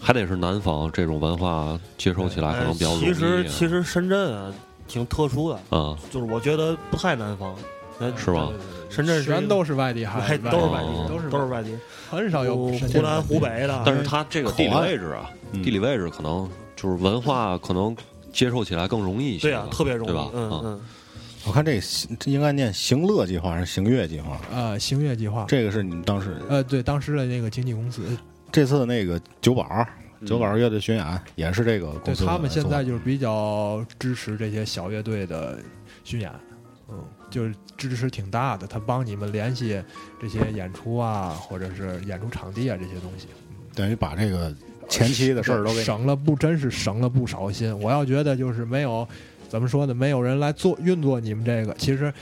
D: 还得是南方这种文化接受起来可能比较
A: 呃
D: 容易。
A: 其实其实深圳啊，挺特殊的，
D: 啊，
A: 就是我觉得不太南方，呃
D: 是吧？哦
A: 深圳是一
C: 全
A: 个
C: 都是外地孩
A: 外
C: 子，
A: 都是外
D: 地
A: 地，
D: 人
C: 都
A: 都
C: 是
A: 是都是外地，
C: 很少有深
A: 湖
C: 圳
A: 南、
C: 的
A: 湖北的，
D: 但是它这个地理位置啊，
B: 嗯
D: 地理位置可能就是文化可能接受起来更容易一些
A: 对
D: 吧，
A: 啊，特别容
D: 对吧
A: 易，？嗯
D: 啊，
A: 嗯，
B: 我看这行这应该念行乐计划还是行乐计划？
C: 呃行乐计划，
B: 这个是你们当时
C: 呃对当时的那个经纪公司，
B: 这次那个酒保儿酒保儿乐队巡演也是这个公
C: 嗯对
B: 司
C: 他们现在
B: 做的
C: 就是比较支持这些小乐队的巡演，嗯，就是支持挺大的，他帮你们联系这些演出啊，或者是演出场地啊这些东西。
B: 等于把这个前期的事儿都给
C: 省了不，真是省了不少心。我要觉得就是没有，怎么说呢，没有人来做运作你们这个，其实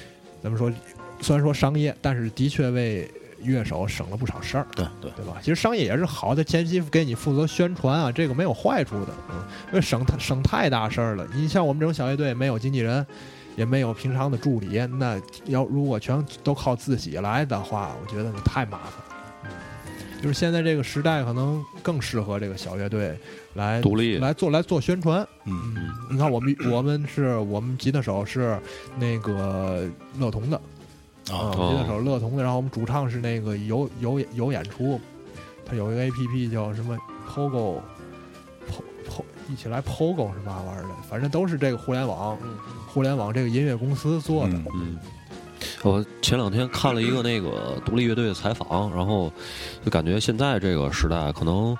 C: 怎么说，虽然说商业，但是的确为乐手省了不少事儿，
B: 对对
C: 对吧？其实商业也是好的，前期给你负责宣传啊，这个没有坏处的，嗯，因为省太省太大事儿了。你像我们这种小乐队，没有经纪人。也没有平常的助理，那要如果全都靠自己来的话，我觉得那太麻烦了。嗯就是现在这个时代，可能更适合这个小乐队来
D: 独立
C: 来做来做宣传。
B: 嗯
C: 嗯，你看我们我们是我们吉他手是那个乐童的
B: 啊
C: 啊，吉他手乐童的，然后我们主唱是那个有有有演出，他有一个 A P P 叫什么 Pogo Po Po 一起来 Pogo 是嘛玩意儿的，反正都是这个互联网
A: 嗯
C: 互联网这个音乐公司做的。
B: 嗯
D: 嗯。我前两天看了一个那个独立乐队的采访，然后就感觉现在这个时代可能，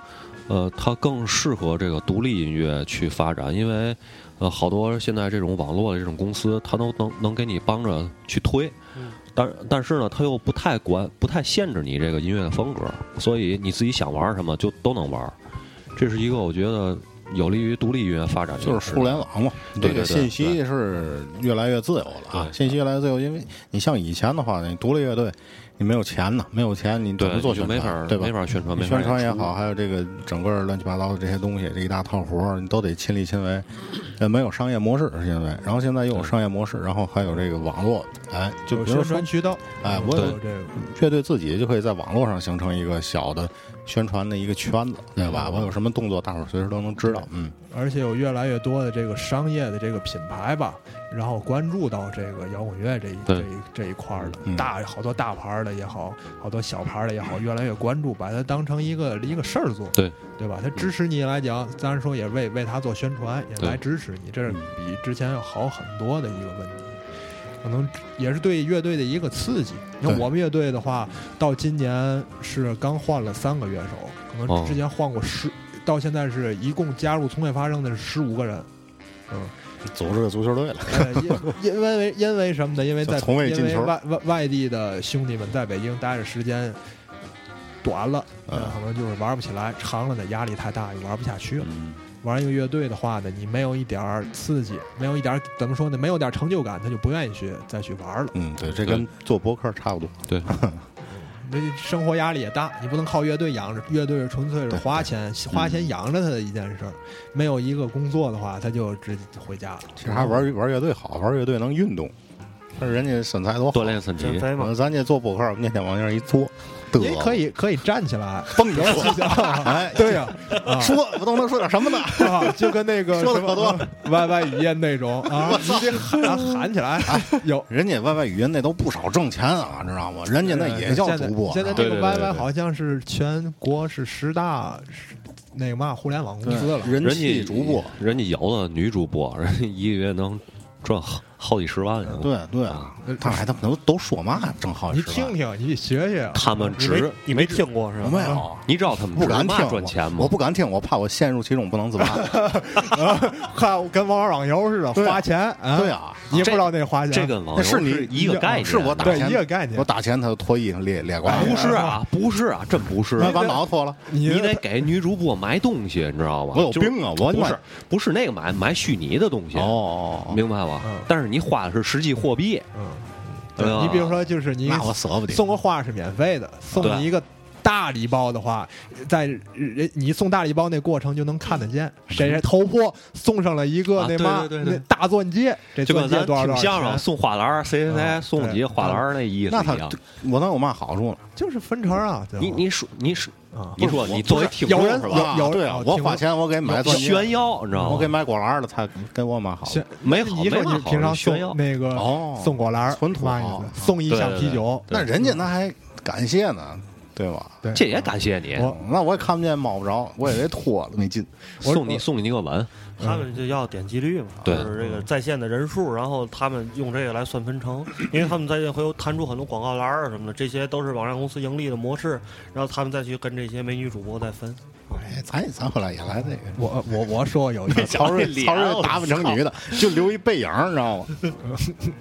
D: 呃，它更适合这个独立音乐去发展，因为呃，好多现在这种网络的这种公司，它都能能给你帮着去推，但但是呢，它又不太管，不太限制你这个音乐的风格，所以你自己想玩什么就都能玩，这是一个我觉得有利于独立音乐发展的一
B: 就
D: 个
B: 是
D: 时代，
B: 互联网嘛，
D: 对
B: 这
D: 对
B: 个
D: 对
B: 信息是越来越自由了啊，
D: 对
B: 信息越来越自由，因为你像以前的话，你独立乐队，你没有钱呢，没有钱你怎么
D: 对，
B: 做
D: 就
B: 宣
D: 没法
B: 传，
D: 儿
B: 对吧
D: 没？法儿宣传，
B: 你
D: 没法儿
B: 宣传也
D: 出
B: 好，还有这个整个乱七八糟的这些东西，这一大套活儿，你都得亲力亲为，呃，没有商业模式是因为，然后现在又有商业模式，然后还有这个网络，哎，就
C: 有
B: 比如
C: 宣
B: 说
C: 传渠道，
B: 哎
C: 嗯
B: 我
C: 都
B: 有
C: 有这个，
B: 乐队自己就可以在网络上形成一个小的宣传的一个圈子，对吧？我有什么动作，大伙儿随时都能知道，嗯。
C: 而且有越来越多的这个商业的这个品牌吧，然后关注到这个摇滚乐这一
D: 对
C: 这一这一块儿了，
B: 嗯
C: 大好多大牌儿的也好，好多小牌儿的也好，越来越关注，把它当成一个一个事儿做，
D: 对嗯
C: 对吧？他支持你来讲，当然说也为为他做宣传，也
D: 对嗯
C: 来支持你，这是比之前要好很多的一个问题。可能也是对乐队的一个刺激。你看
B: 对
C: 我们乐队的话，到今年是刚换了三个乐手，可能
D: 哦
C: 之前换过十，到现在是一共加入从未发生的是十五个人。
B: 组织个足球队了，
C: 呃，因 因为因为什么呢？因为在
B: 从未进球
C: 因为外外外地的兄弟们在北京待着时间短了，
B: 嗯
C: 呃可能就是玩不起来；长了呢，压力太大，也玩不下去了。
D: 嗯
C: 玩一个乐队的话呢，你没有一点儿刺激，没有一点儿怎么说呢？没有点儿成就感，他就不愿意去再去玩了。
B: 嗯，对，这跟做博客差不多，
D: 对，
C: 那生活压力也大，你不能靠乐队养着，乐队是纯粹是
B: 对嗯
C: 花钱花钱养着他的一件事儿，没有一个工作的话，他就直接回家了。
B: 其实还玩玩乐队好，玩乐队能运动，但是人家身材多好嗯
D: 锻，炼身体，
A: 减肥嘛，
B: 咱这做博客，面天往那儿一坐，得
C: 也可以可以站起 来，
B: 蹦着
C: 有
B: 说，哎
C: 起来，哎 对呀、啊，
B: 说我都能说点什么呢？
C: 啊，就跟那个
B: 说得
C: 什么
B: 可多了
C: 歪歪语音那 种啊，你得喊喊起来，
B: 啊
C: 有。
B: 人家 YY 语音那都不少挣钱啊，知道吗？人家那也叫啊
C: 现在
B: 主播，
C: 现在
B: 对
C: 这个
D: 对对对
C: YY
D: 对
C: 好像是全国是十大是那个嘛互联网公司了，
B: 人
D: 人
B: 气
D: 家
B: 主播，，
D: 人家有的女主播，人家一个月能赚好好几十万呀。
B: 对对啊，他还他们都都说嘛呀，正好
C: 你听听，你学啊学，
D: 他们
A: 你没
D: 值，
A: 哎你没听过是
B: 我
A: 吧？啊
B: 没有。
D: 你知道他们
B: 不
D: 值
B: 敢
D: 嘛
B: 听，
D: 赚钱
B: 我
D: 吗？
B: 不敢听，我怕我陷入其中不能自拔。
C: 看跟玩网游似的，
B: 对啊
C: 花钱啊，
B: 对啊，
C: 你也不知道那花钱，
D: 这跟网
B: 那
D: 游
B: 是你啊哦
D: 一个概念，啊
B: 是我打
C: 对
B: 钱
C: 一个概念
B: 我打钱他就脱衣服裂裂瓜，
D: 不是啊，不是啊，真不是啊。
B: 把脑脱了。
C: 你
D: 你得给女主播买东西，你知道吗？
B: 我有
D: 就是
B: 病啊我
D: 不
B: 买
D: 是不是那个买买虚拟的东西，
B: 哦，
D: 明白吧
C: 嗯？
D: 但是你花的是实际货币，
C: 嗯，
D: 对啊吧
C: 你比如说就是你
B: 那我舍不得。
C: 送个花是免费的，送
D: 对啊
C: 你一个。大礼包的话，在人你送大礼包那过程就能看得见，谁谁头破送上了一个
D: 嗯啊
C: 那嘛、
D: 对对对对
C: 那大钻戒，这
D: 就
C: 钻
D: 跟
C: 戒
D: 咱啊
C: 多少多
D: 听
C: 少
D: 相声
C: 钱？
D: 送花篮儿，谁谁谁
C: 嗯
D: 送几个花篮儿那意思
B: 那
D: 一
B: 他
D: 样。
B: 我能有嘛好处呢？
C: 就是分成啊，对吧
D: 你你说你说
C: 啊，
D: 你说你作为听众
C: 有人
D: 是
C: 有
D: 吧？
B: 啊对啊，
C: 有
B: 我
C: 听
B: 花
C: 过
B: 钱我给买钻戒，
D: 炫耀，你知道吗？
B: 我给买果篮了，他跟我嘛好。
C: 行，
D: 没好
C: 你说
D: 没嘛
C: 你
D: 好
C: 平常
D: 炫
C: 送
D: 耀
C: 那个
B: 哦
C: 送果篮儿
B: 纯土
C: 嘛意
B: 豪
C: 思送一
D: 对
C: 箱
D: 对
C: 啤
D: 对
C: 酒，
B: 那人家那还感谢呢，对吧？
C: 对，
D: 这也感谢你，
C: 我
B: 那我也看不见摸不着，我也得脱了没劲。
C: 我
D: 送你送你一个吻，
A: 他们就要点击率嘛，
D: 对
A: 就是这个在线的人数，然后他们用这个来算分成，因为他们在线会有弹出很多广告栏儿啊什么的，这些都是网站公司盈利的模式，然后他们再去跟这些美女主播再分。
B: 哎，咱咱后来也来这个。
C: 我我我说有一个
B: 曹睿
D: 脸
B: 曹睿打扮成女的，就留一背影，你知道吗？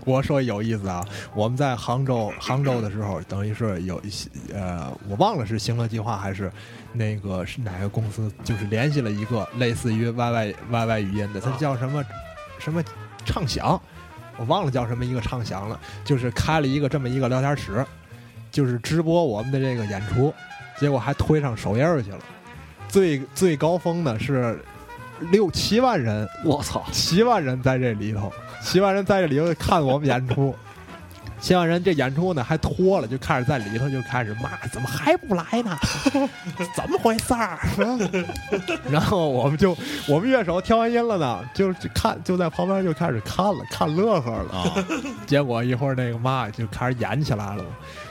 C: 我说有意思啊！我们在杭州杭州的时候，等于是有一些呃，我忘了是行乐计划还是那个是哪个公司，就是联系了一个类似于 YY YY 语音的，它叫什么什么畅想，我忘了叫什么一个畅想了，就是开了一个这么一个聊天室，就是直播我们的这个演出，结果还推上首页儿去了。最最高峰呢是六七万人
D: 我操！
C: 七万人在这里头，七万人在这里头看我们演出，七万人这演出呢还拖了，就开始在里头就开始骂，怎么还不来 呢？怎么回事儿？ 然后我们就我们乐手调完音了呢，就是看就在旁边就开始看了，看乐呵了。
B: 啊，
C: 结果一会儿那个嘛就开始演起来了，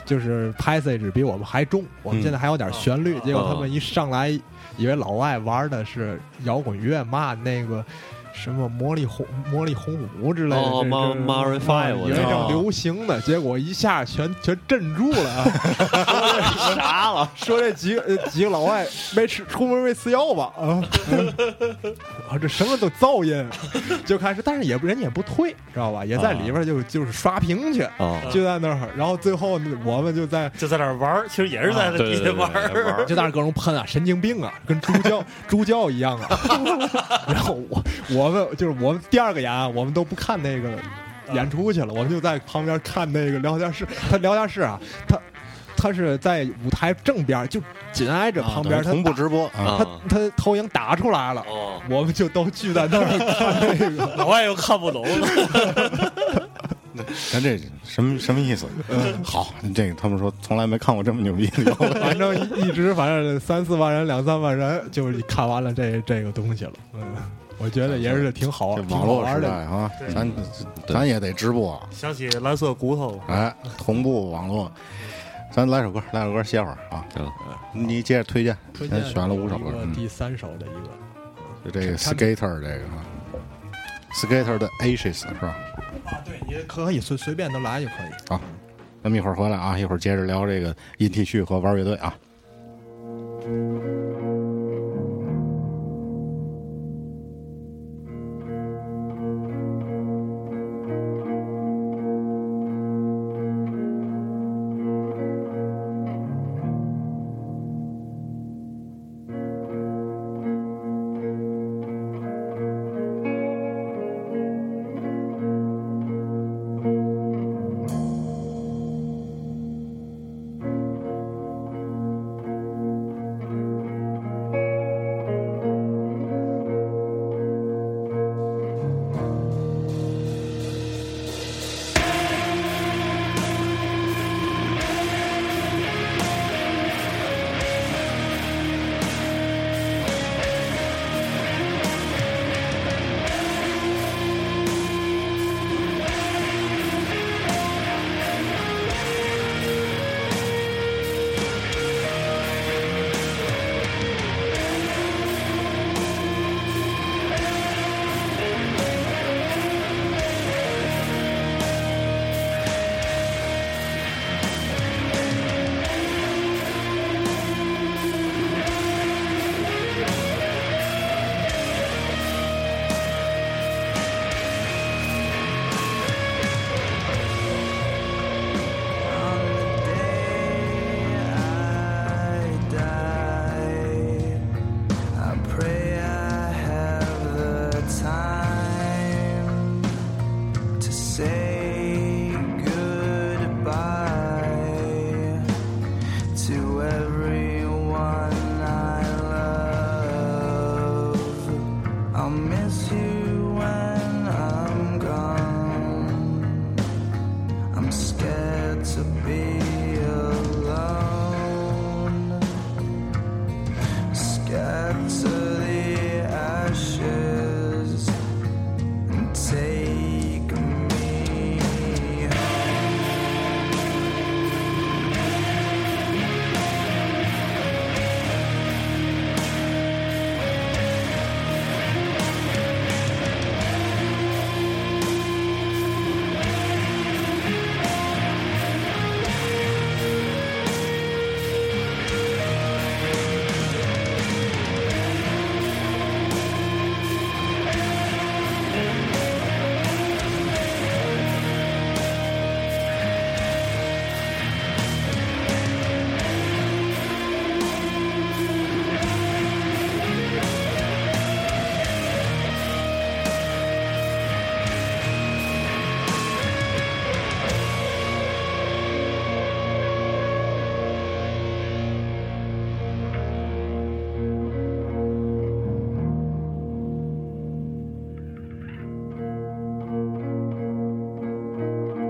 C: 就是 passage 比我们还重，我们现在还有点旋律，结果他们一上来以为老外玩的是摇滚乐嘛，那个什么魔力红魔力红舞之类的，
D: 哦
C: 这
D: ，Mar-
C: 这
D: Maroon five，
C: 啊
D: 我
C: 以为
D: 知
C: 正
D: 道
C: 流行呢，结果一下全全镇住了 啊，
D: 啥了？
C: 说这几个呃几个老外没吃出门没吃药吧啊、嗯啊，这什么都噪音，就开始，但是也不人家也不退，知道吧？也在里边就、就是刷屏去，
D: 啊，
C: 就在那儿，然后最后我们就在
A: 就在那儿玩儿，其实也是在那
D: 对
A: 底
D: 对
A: 下
D: 对，
A: 玩儿。
D: 玩儿
C: 就在那儿各种喷啊，神经病啊，跟猪叫猪叫一样啊。 然后我我们就是我们第二个演啊，我们都不看那个演出去了，我们就在旁边看那个聊天室。他聊天室啊，他他是在舞台正边，就紧挨着旁
B: 等
C: 边，
B: 于
C: 他
B: 同步
C: 打
B: 直播啊，
C: 他
D: 啊
C: 他投影打出来了，
D: 哦，
C: 我们就都聚在那儿看那个。
A: 老外又看不懂，
B: 咱这什么什么意思？
C: 嗯
B: 好，这个他们说从来没看过这么牛逼的摇滚
C: 反正一一直，反正三四万人、两三万人，就是看完了这这个东西了。嗯，我觉得也是挺好，
B: 这
C: 挺
B: 网
C: 好
B: 络
C: 玩
B: 时代
C: 的。
B: 啊，咱咱也得直播， 啊
A: 想起蓝色骨头了。
B: 哎，同步网络。咱来首歌，来首歌歇会儿啊。
D: 嗯
B: 你接着推荐，
C: 推
B: 咱
C: 荐
B: 选了五首
C: 有
B: 歌
C: 一，个
B: 嗯
C: 第三首的一个，
B: 就这个
C: 看
B: Skater 这个啊，Skater 的 Ashes 是吧？
C: 啊，对，也可以随随便都来就可以。
B: 好，咱们一会儿回来啊，一会儿接着聊这个印 T 恤和玩乐队啊。
E: Say goodbye to everyone I love. I'll miss you when I'm gone. I'm scared to be alone. Scared to the ashes and take me home.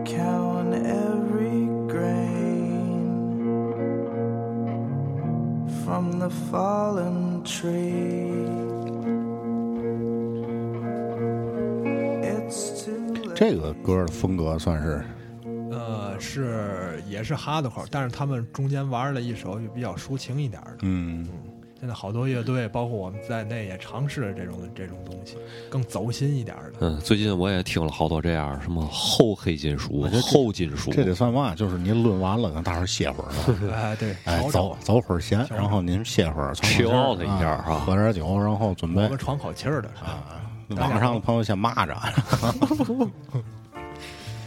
E: Count every grain from the fallen tree. It's too late.
B: 这个歌的风格算是
C: 呃，是也是哈德口，但是他们中间玩了一首就比较抒情一点的，
B: 嗯，
C: 现在好多乐队，包括我们在内，也尝试了这种这种东西，更走心一点儿的。
D: 嗯，最近我也听了好多这样什么后黑金属、后金属，
B: 这得算嘛？就是您论完了，让大伙儿歇会儿了，
C: 哎，对，
B: 哎，
C: 调整
B: 走走会儿闲，然后您歇会儿，喘口气儿
D: Chill out 一下
B: 啊
D: 哈
B: 喝点酒，然后准
C: 我
B: 备
C: 们喘口气儿的
B: 哎
C: 啊。
B: 网上的朋友先骂 着。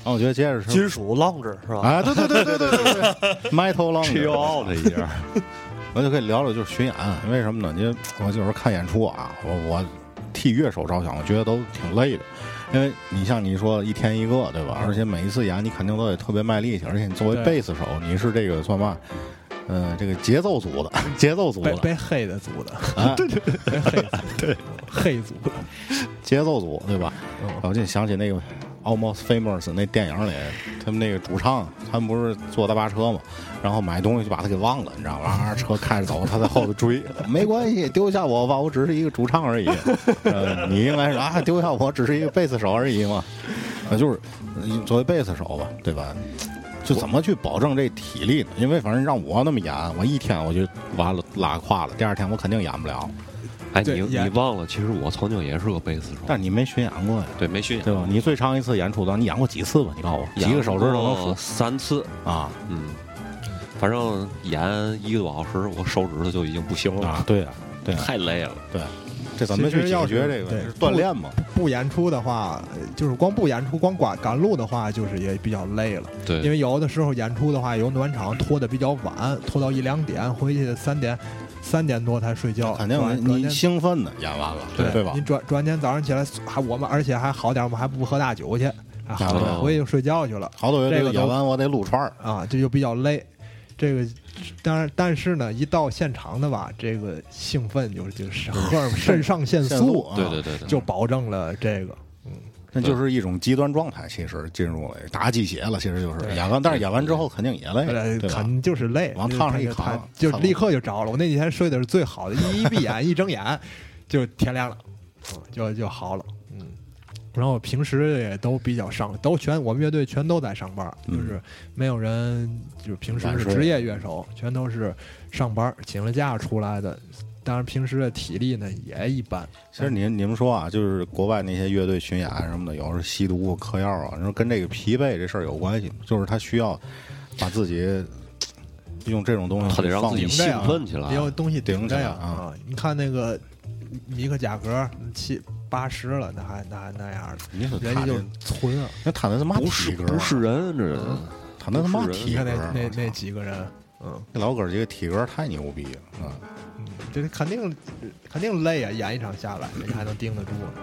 B: 然后我觉得接着是
A: 金属浪子是吧？
B: 啊，对对对对对对对，Metal l o n g
D: chill out 一下。
B: 我就可以聊聊就是巡演，为什么呢？因为我就是看演出啊，我我替乐手着想，我觉得都挺累的，因为你像你说一天一个，对吧？而且每一次演你肯定都得特别卖力气，而且你作为
C: 对
B: 贝斯手，你是这个算嘛？嗯、这个节奏组的， 节奏组
C: 被
B: 的，
C: 被黑的组的，
B: 哎
C: 被黑的组的， 黑组的，
B: 节奏组，对吧？我就想起那个《Almost Famous》那电影里，他们那个主唱，他们不是坐大巴车嘛，然后买东西就把他给忘了，你知 道吗？啊车开着走，他在后头 追，没关系，丢下我吧，我只是一个主唱 而已。呃，你应该是啊，丢下我只是一个贝斯手而已嘛。啊，就是呃作为贝斯手吧，对吧？就怎么去保证这体力呢？因为反正让我那么演，我一天我就完了拉胯了，第二天我肯定演不了。
D: 哎，
C: 对
D: 你
C: 也
D: 你忘了，其实我曾经也是个贝斯手，
B: 但是你没巡演过呀。
D: 对没巡演
B: 对吧？你最长一次演出的，你演过几次吧？你告诉我，
D: 演
B: 几个手指头能
D: 嗯过
B: 数
D: 三次，
B: 啊？
D: 嗯，反正演一个多小时，我手指头就已经不行了，
B: 啊，对啊，对啊，
D: 太累了。
B: 对，这怎么去解决这个？
C: 对
B: 就是锻炼嘛。
C: 不演出的话，呃就是光不演出，光赶赶路的话，就是也比较累了。
D: 对，
C: 因为有的时候演出的话，有暖场拖的比较晚，拖到一两点，回去三点三点多才睡觉，
B: 肯定
C: 转
B: 你
C: 转
B: 你
C: 天
B: 兴奋的演完了，对对吧
C: 你？转转天早上起来还我们，而且还好点，我们还不喝大酒去，啊，好点
D: 哦
C: 回去就睡觉去了
B: 好多乐
C: 这
B: 队
C: 个都
B: 演完我得撸串儿，
C: 啊，这就比较累。这个当然，但是呢，一到现场的吧，这个兴奋就是就是荷 尔肾上腺
B: 限速
C: 素，
B: 啊
D: 对对对对，
C: 就保证了这个。
B: 那就是一种极端状态。其实进入了打鸡血了，其实就是演完，但是演完之后肯定也累，
C: 呃，
B: 对吧
C: 肯？定就是累，
B: 往炕上一躺
C: 他就立刻就着了。我那几天睡的是最好的，一一闭眼一睁眼就天亮了，嗯就就好了。嗯，然后平时也都比较上，都全我们乐队全都在上班，
B: 嗯
C: 就是没有人就是平时
B: 晚
C: 是
B: 睡
C: 职业乐手，全都是上班请了假出来的。当然，平时的体力呢也一般。
B: 其实你你们说啊，就是国外那些乐队巡演啊什么的，有时候吸毒、嗑药啊，你说跟这个疲惫这事儿有关系吗？就是他需要把自己用这种东西
D: 他得让
B: 放
D: 自己
B: 松
D: 兴奋起来
C: 也有东西顶着呀
B: 顶着啊！
C: 你看那个米克贾格七八十了，那还那还那样的。
B: 你说
C: 人
B: 他
C: 家就
B: 这
C: 是存啊！
B: 那他那他妈
D: 不是
B: 体格啊，
D: 不是人，嗯这人
B: 他那他妈
D: 不是人
B: 体
C: 你
B: 格
C: 看那
B: 啊，
C: 那那几个人，嗯，
B: 那老哥儿这个体格太牛逼了啊！
C: 嗯这肯定肯定累啊！演一场下来，人家还能盯得住呢。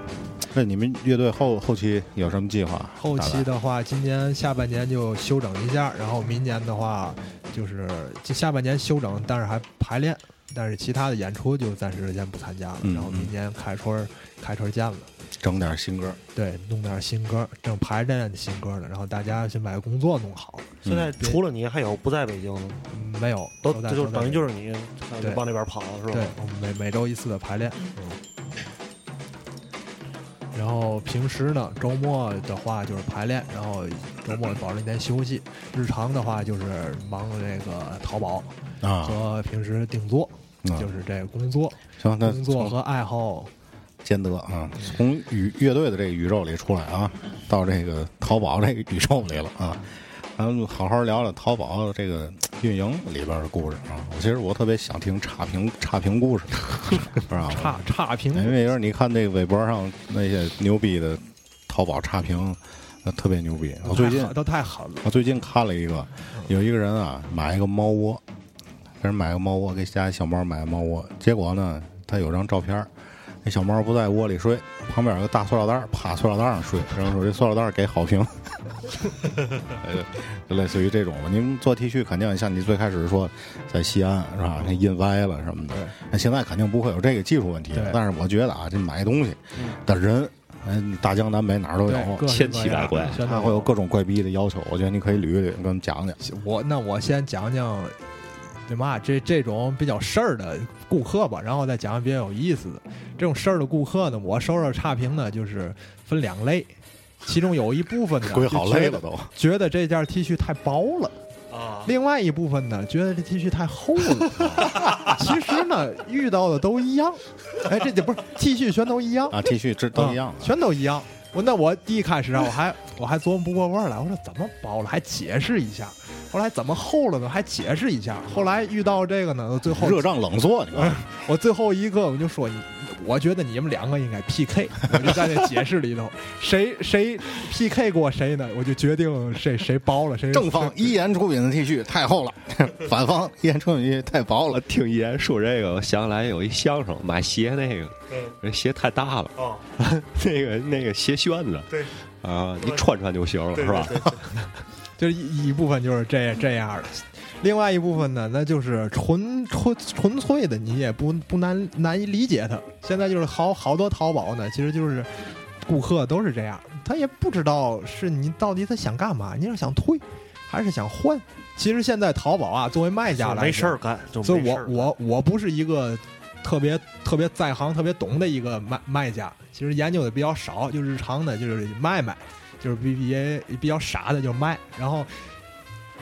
B: 那你们乐队后后期有什么计划？
C: 后期的话，今年下半年就休整一下，然后明年的话就是这下半年休整，但是还排练，但是其他的演出就暂时先不参加了。
B: 嗯
C: 然后明年开春儿开春儿见了。
B: 整点新歌，
C: 对，弄点新歌，正排练新歌呢，然后大家先把工作弄好了。
A: 现在哎除了你还有不在北京的，
C: 嗯没有，
A: 都
C: 在
A: 这就
C: 都在
A: 等于就是你
C: 对
A: 往那边跑是吧？
C: 对，我们每每周一次的排练。嗯。然后平时呢，周末的话就是排练，然后周末保证一天休息。日常的话就是忙那个淘宝
B: 啊
C: 和平时定做，
B: 嗯
C: 就是这个工作、
B: 行，那
C: 工作和嗯爱好。
B: 兼得啊，从宇乐队的这个宇宙里出来啊，到这个淘宝这个宇宙里了啊。咱们好好聊聊淘宝这个运营里边的故事啊。我其实我特别想听差评差评故事， 是吧？
C: 差差评
B: 因哎为有时候你看那个微博上那些牛逼的淘宝差评，呃，特别牛逼。我最近
C: 都太狠了，
B: 我最近看了一个，有一个人啊买一个猫窝，给人买个猫窝，给家小猫买个猫窝，结果呢，他有张照片儿，那小猫不在窝里睡，旁边有个大塑料袋儿，趴塑料袋儿上睡，然后说这塑料袋儿给好评， 呃就类似于这种吧。您做 T 恤肯定像你最开始说在西安是吧，那印歪了什么的，那现在肯定不会有这个技术问题了
C: 对
B: 但是我觉得啊，这买东西的人，嗯，大江南北哪儿都有
C: 对，，各式
D: 千奇
C: 各样
D: 百怪
C: 全都
B: 他会有各种怪逼的要求，我觉得你可以捋一捋，跟我们讲讲。
C: 我那我先讲讲，对嘛这这种比较事儿的顾客吧，然后再讲讲比较有意思的这种事儿的顾客呢，我收到差评呢，就是分两类，其中有一部分呢
B: 归好
C: 就觉
B: 累
C: 得
B: 了都，
C: 觉得这件 T 恤太薄了，
A: 啊，
C: 另外一部分呢觉得这 T 恤太厚了，其实呢，遇到的都一样。哎，这这不是 T 恤全都一样，
B: 啊，T 恤这都一样
C: 啊
B: 的，
C: 全都一样。我那我第一开始啊，我还 我还琢磨不过味儿来，我说怎么包了，还解释一下。后来怎么厚了呢？还解释一下。后来遇到这个呢，最后
B: 热胀冷缩，你看，
C: 我最后一个我就说你，我觉得你们两个应该 PK，我就在那解释里头，谁谁 PK 过谁呢？我就决定谁谁包了谁。
B: 正方一言出品的 T 恤太厚 了，反方一言出品的 T 恤太薄
D: 我
B: 了。
D: 听爷说这个，我想起来有一相声买鞋那个，
A: 嗯
D: 人鞋太大了，
A: 哦，
D: 那个那个鞋楦子
A: 对，
D: 啊，你穿穿就行了，是吧？
C: 就是一一部分就是这这样的，另外一部分呢，那就是纯纯纯粹的，你也不不难难以理解它。现在就是好好多淘宝呢，其实就是顾客都是这样，他也不知道是你到底他想干嘛，你是想退还是想换？其实现在淘宝啊，作为卖家来说
A: 没事儿干，就
C: 所以
A: 没事
C: 我
A: 儿干
C: 我我不是一个特别特别在行、特别懂的一个卖卖家，其实研究的比较少，就日常的就是卖卖，就是比比也比较傻的就卖。然后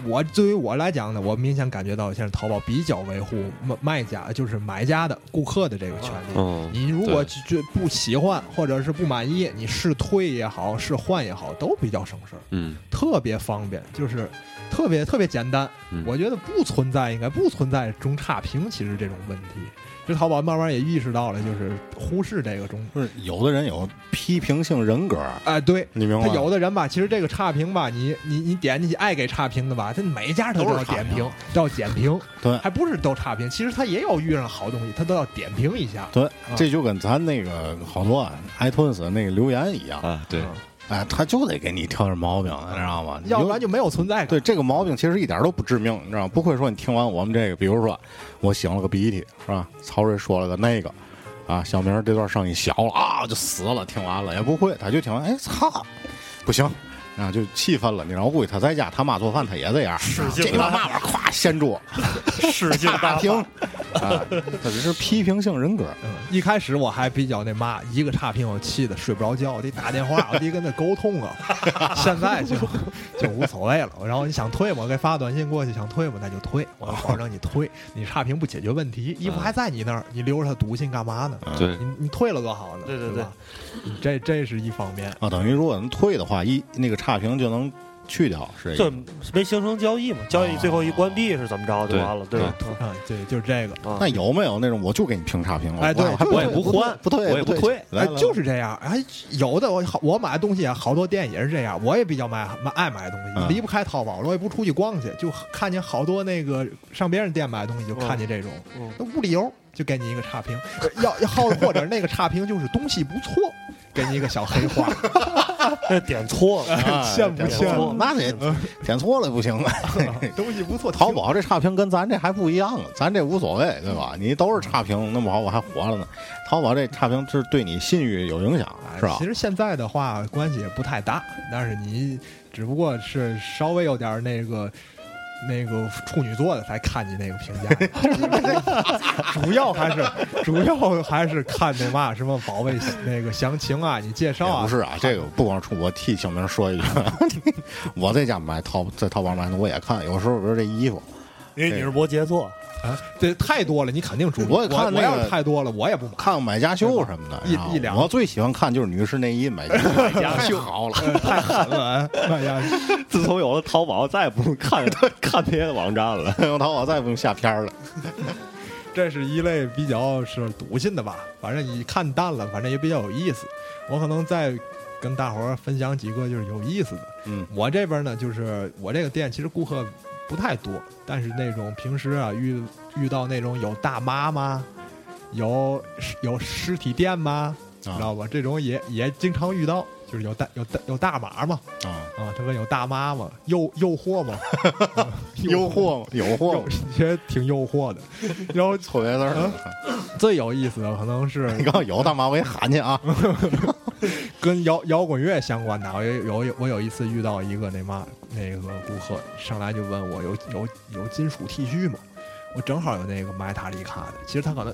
C: 我对于我来讲呢，我明显感觉到现在淘宝比较维护卖卖家，就是买家的顾客的这个权利。
D: 嗯，
C: 你如果
D: 对
C: 觉觉不喜欢或者是不满意，你是退也好，是换也好，都比较省事儿。
D: 嗯，
C: 特别方便，就是特别特别简单。
D: 嗯
C: 我觉得不存在，应该不存在中差评，其实这种问题。这淘宝慢慢也意识到了，就是忽视这个中，
B: 不是有的人有批评性人格，
C: 哎、对。
B: 你明白
C: 他
B: 吗？
C: 有的人吧，其实这个差评吧，你你你点进去爱给差评的吧，他每一家他都
B: 都
C: 要
B: 是差评
C: 点评，都要点评，
B: 对
C: 还不是都差评，其实他也有遇上好东西，他都要点评一下。
B: 对，这就跟咱那个好多啊 iTunes 那个留言一样，
D: 啊，对，
A: 嗯
B: 哎，他就得给你挑点毛病，你知道吗？
C: 要不然就没有存在感。
B: 对这个毛病其实一点都不致命，你知道吗？不会说你听完我们这个，比如说我擤了个鼻涕，是吧？曹睿说了个那个，啊，小明这段声音小了啊，就死了，听完了也不会，他就听完，哎操，不行。啊，就气愤了，你知道，我估计他在家他妈做饭，他也这样，啊
A: 劲
B: 这个
A: 了
B: 妈妈咵掀桌，
A: 使劲
B: 大
A: 大
B: 停，啊，他只是批评性人格，
C: 嗯，一开始我还比较那嘛，一个差评我气的睡不着觉，我得打电话，我得跟他沟通 啊。现在就就无所谓了。然后你想退吗？我给发短信过去，想退吗？那就退，我保证你退。你差评不解决问题，衣服还在你那儿，你留着它毒性干嘛呢？
B: 啊
D: 对
C: 你你退了多好呢？
A: 对对
C: 吧？这这是一方面。
B: 啊，等于如果能退的话，一那个差评就能去掉，是这
A: 就
B: 意思。
A: 没形成交易嘛，交易最后一关闭是怎么着就完了，
D: 对
A: 吧？
C: 啊，对，就是这个，
A: 啊
B: 那有没有那种我就给你评差评了？
C: 哎对
B: 我还
C: 就是
B: 我也
C: 不
B: 换，不退，
D: 我也不退
B: 来
C: 哎，
A: 嗯
B: 来
C: 就是这样。哎，有的我好，我买东西啊，好多店也是这样。我也比较买买爱买东西，
B: 嗯
C: 离不开淘宝了，我也不出去逛去，就看见好多那个上别人店买东西，就看见这种
A: 嗯，
C: 那无理由就给你一个差评，要要好或者那个差评就是东西不错，给你一个小黑花，
A: 那 点 错了，
B: 啊
C: 欠不欠
B: 点错那得 点错了不行 啊。
C: 东西不错。
B: 淘宝这差评跟咱这还不一样啊，咱这无所谓，对吧？你都是差评，那么好我还活了呢。淘宝这差评是对你信誉有影响，啊是吧
C: 啊哎其？实现在的话关系也不太大，但是你只不过是稍微有点那个那个处女座的才看你那个评价， 主要还是主要还是看那嘛什么保卫那个详情啊，你介绍
B: 也
C: 啊，
B: 不是啊，这个不光是我替小明说一句， 我在家买淘在淘宝买的我也看，有时候比如这衣服，
A: 因为你是摩羯座，
C: 啊，这太多了，你肯定主
B: 我也看
C: 我
B: 那个
C: 要是太多了，我也不买。
B: 看买家秀什么的，
C: 一
B: 然后
C: 一两
B: 我最喜欢看就是女士内衣买买家 秀，好了。
C: 太狠了，哎呀！
D: 自从有了淘宝，再也不用看 看别的网站了。
B: 用淘宝再也不用下片儿了。
C: 这是一类比较是笃信的吧，反正你看淡了，反正也比较有意思。我可能再跟大伙儿分享几个就是有意思的。
B: 嗯，
C: 我这边呢，就是我这个店其实顾客不太多，但是那种平时啊遇遇到那种有大妈吗？有有实体店吗？
B: 啊
C: 知道吧？这种也也经常遇到，就是有大有大有大码嘛，
B: 啊，
C: 啊，他问有大妈吗？诱诱惑吗？啊
B: 诱惑吗？有
C: 诱
B: 货吗？
C: 也挺诱惑的。然后
B: 错别字儿了。
C: 最有意思的可能是
B: 你刚有大妈，我也喊去啊！
C: 跟摇 摇滚乐相关的，我有有我有一次遇到一个那嘛那个顾客上来就问我有有有金属 T 恤吗？我正好有那个麦塔利卡的，其实他可能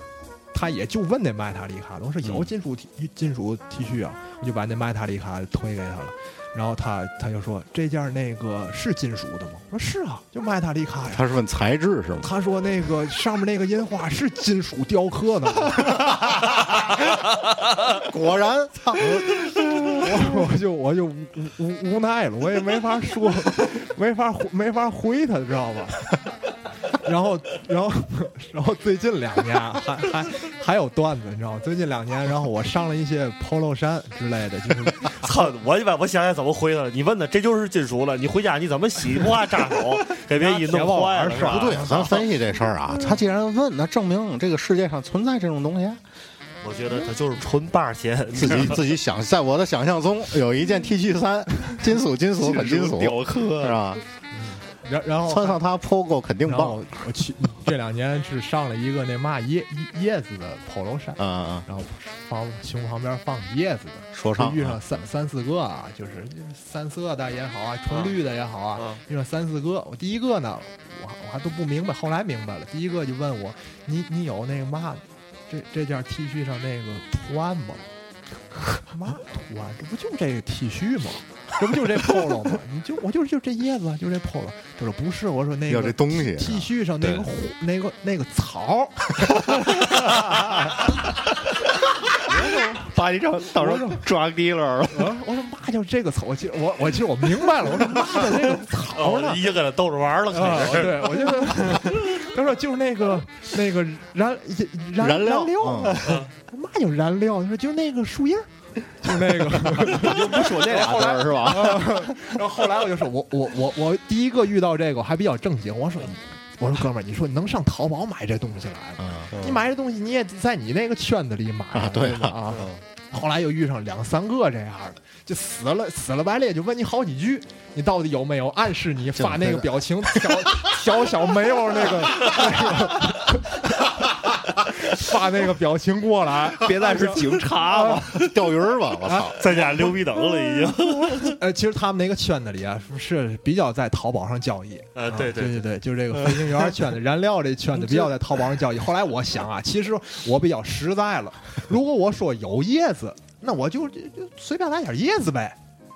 C: 他也就问那麦塔利卡的，我说有金属 T、金属 T 恤啊，我就把那麦塔利卡推给他了。然后他他就说这件那个是金属的吗？我说是啊，就卖它利卡呀。
B: 他是问材质是吗？
C: 他说那个上面那个印花是金属雕刻的吗？
B: 果然，操！
C: 我我就我就无无无奈了，我也没法说，没法回没法回他，知道吧？ 然后，然后，然后最近两年啊还还还有段子，你知道吗？最近两年，然后我上了一些 polo 衫之类的，就是
A: 操！我一般我想想怎么回他了。你问他，这就是金属了。你回家你怎么洗？不怕扎手，给别人一弄坏了是吧？
B: 不 对，咱分析这事儿啊，他既然问，那证明这个世界上存在这种东西。啊
A: 我觉得他就是纯霸鞋，
B: 自 己自己想，在我的想象中有一件 T 恤 衫，金属金属很金属，
A: 雕刻
B: 是吧？
C: 然然后
B: 穿上它 POGO 肯定
C: 然
B: 棒
C: 后。我去这两年是上了一个那嘛椰椰椰子的 polo 衫，
B: 嗯嗯，
C: 然后放胸旁边放叶子的，
B: 说唱
C: 就遇上三三四个啊，就是三色的也好啊，纯绿的也好啊
A: 嗯，
C: 遇上三四个。我第一个呢，我我还都不明白，后来明白了。第一个就问我，你你有那个嘛，这这件 T 恤上那个图案吗？ 嘛图案？这不就这个 T 恤吗？这不就这 polo 吗？ 你就我就是就这叶子，就这 polo。他说不是，我说那
B: 要
C: 个
B: 这东西
C: T 恤上那个
D: 对
C: 虎那个那个草。
D: 把你这到时候抓低了。
C: 我说我说嘛叫这个草，我其实我我其实我明白了，我说嘛叫这个草呢
A: 哦，？已经搁他逗着玩了，
C: 啊
A: 开，始。
C: 对，我就是，他说就是那个那个燃燃
B: 燃料嗯
C: 料，他妈有燃料，他说就是那个树叶儿，就是那个。
B: 不说这俩字 儿是吧？
C: 然后后来我就说，我我我我第一个遇到这个，我还比较正经，我说你我说哥们儿，你说你能上淘宝买这东西来吗？你买这东西你也在你那个圈子里买
B: 嗯啊对啊
C: 吧啊。后来又遇上两三个这样的，就死了死了白咧，就问你好几句，你到底有没有？暗示你发那个表情，调调小没有那个， 那个发那个表情过来，
D: 别 再是警察了，
B: 钓鱼儿吧，我操！
A: 在家溜逼等了已经。
C: 呃，其实他们那个圈子里啊，是比较在淘宝上交易。啊
A: 呃对对呃
C: 对
A: 嗯
C: 对对，就是这个飞行员圈子、燃料这圈子比较在淘宝上交易。后来我想啊，其实我比较实在了，如果我说有叶子，那我就就就随便来点叶子呗，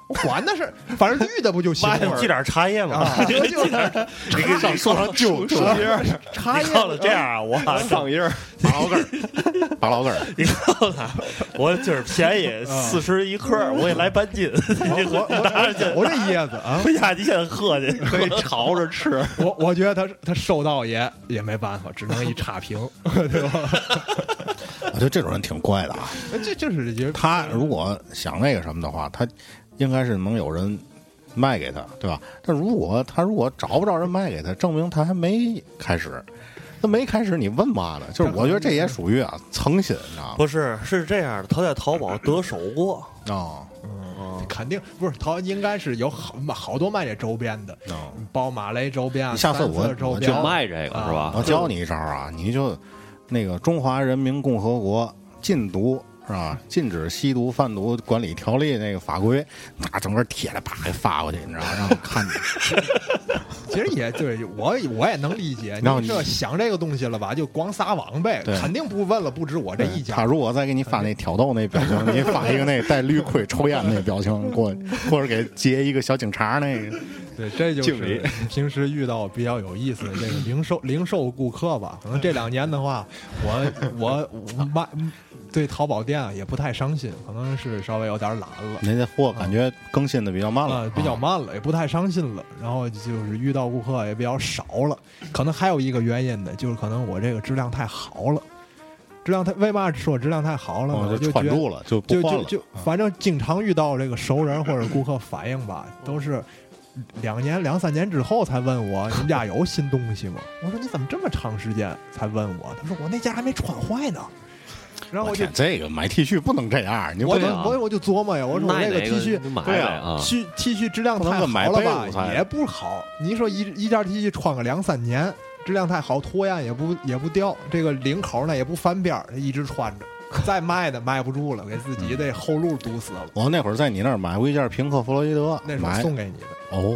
C: 我管那是，反正绿的不就行
A: 妈
C: 了
A: 呀，
C: 吗？
A: 寄点茶叶嘛。
C: 啊， 就就
A: 你给上树上
B: 就
A: 树
B: 就
A: 叶，
C: 茶叶
A: 你看了这样啊，我上叶，
B: 拔老根儿，拔老根儿，
A: 你看看，我今儿便宜四十一克，我也来半斤， 你
C: 啊嗯我我
A: 拿着去，
C: 我 这叶子啊，
A: 回家你先 喝去，可以
D: 朝着吃。
C: 我我觉得他他收到也也没办法，只能一差评， 对吧？
B: 我觉得这种人挺怪的啊。
A: 呃
C: 这就是也
B: 他如果想那个什么的话，他应该是能有人卖给他，对吧？但如果他如果找不着人卖给他，证明他还没开始。那没开始你问嘛呢？就是我觉得这也属于啊诚信，你知道吗？
A: 不是，是这样的，他在淘宝得手过，
B: 哦，
C: 肯定不是他应该是有好好多卖这周边的，
B: 哦
C: 宝马雷周边啊，
B: 下次
C: 三色
B: 我
C: 周
B: 我
C: 边
B: 就
D: 卖这个是吧？
B: 我教你一招啊，你就那个《中华人民共和国禁毒》。是吧？禁止吸毒贩毒管理条例那个法规，拿整个帖子啪给发过去，你知道吗，让我看见。
C: 其实也对我我也能理解，
B: 然后
C: 你
B: 你
C: 这想这个东西了吧，就光撒网呗，
B: 对
C: 肯定不问了，不止我这一
B: 他
C: 家。
B: 如果再给你发那挑逗那表情，你发一个那戴绿盔抽烟那表 情过去，或者给截一个小警察那个，
C: 对，这就
D: 敬礼
C: 是平时遇到比较有意思的这个零售零售顾客吧。可能这两年的话，我我我卖对淘宝店啊也不太伤心，可能是稍微有点懒了。
B: 人家货感觉更新的比较慢了
C: 啊啊，，比较慢了，也不太伤心了。然后就是遇到顾客也比较少了，可能还有一个原因呢，就是可能我这个质量太好了，质量太为嘛说质量太好了呢？
B: 我
C: 我
B: 哦就
C: 觉
B: 喘
C: 得
B: 住了，就不
C: 就
B: 换
C: 就
B: 了。啊
C: 就，反正经常遇到这个熟人或者顾客反映吧，都是两年两三年之后才问我，你们家有新东西吗？我说你怎么这么长时间才问我？他说我那件还没穿坏呢。然后
B: 我
C: 我就
B: 天，这个买 T 恤不能这样，你不
C: 我就
D: 对啊
B: 能
C: 我我就琢磨呀，我说我
D: 那
C: 这
D: 哪
C: T 恤
D: 你买
B: 对
D: 呗
B: 啊
D: 啊，
C: T T 恤质量
B: 不能
C: 太
B: 跟买
C: 好了
B: 被褥
C: 吧，
B: 才
C: 也不好。你说一一件 T 恤穿个两三年，质量太好，脱样也不也不掉，这个领口呢也不翻边儿，一直穿着。再卖的卖不住了，给自己
B: 嗯
C: 这后路堵死了。
B: 我那会儿在你那儿买过一件平克·弗洛伊德，
C: 那是我
B: 买
C: 送给你的。
B: 哦，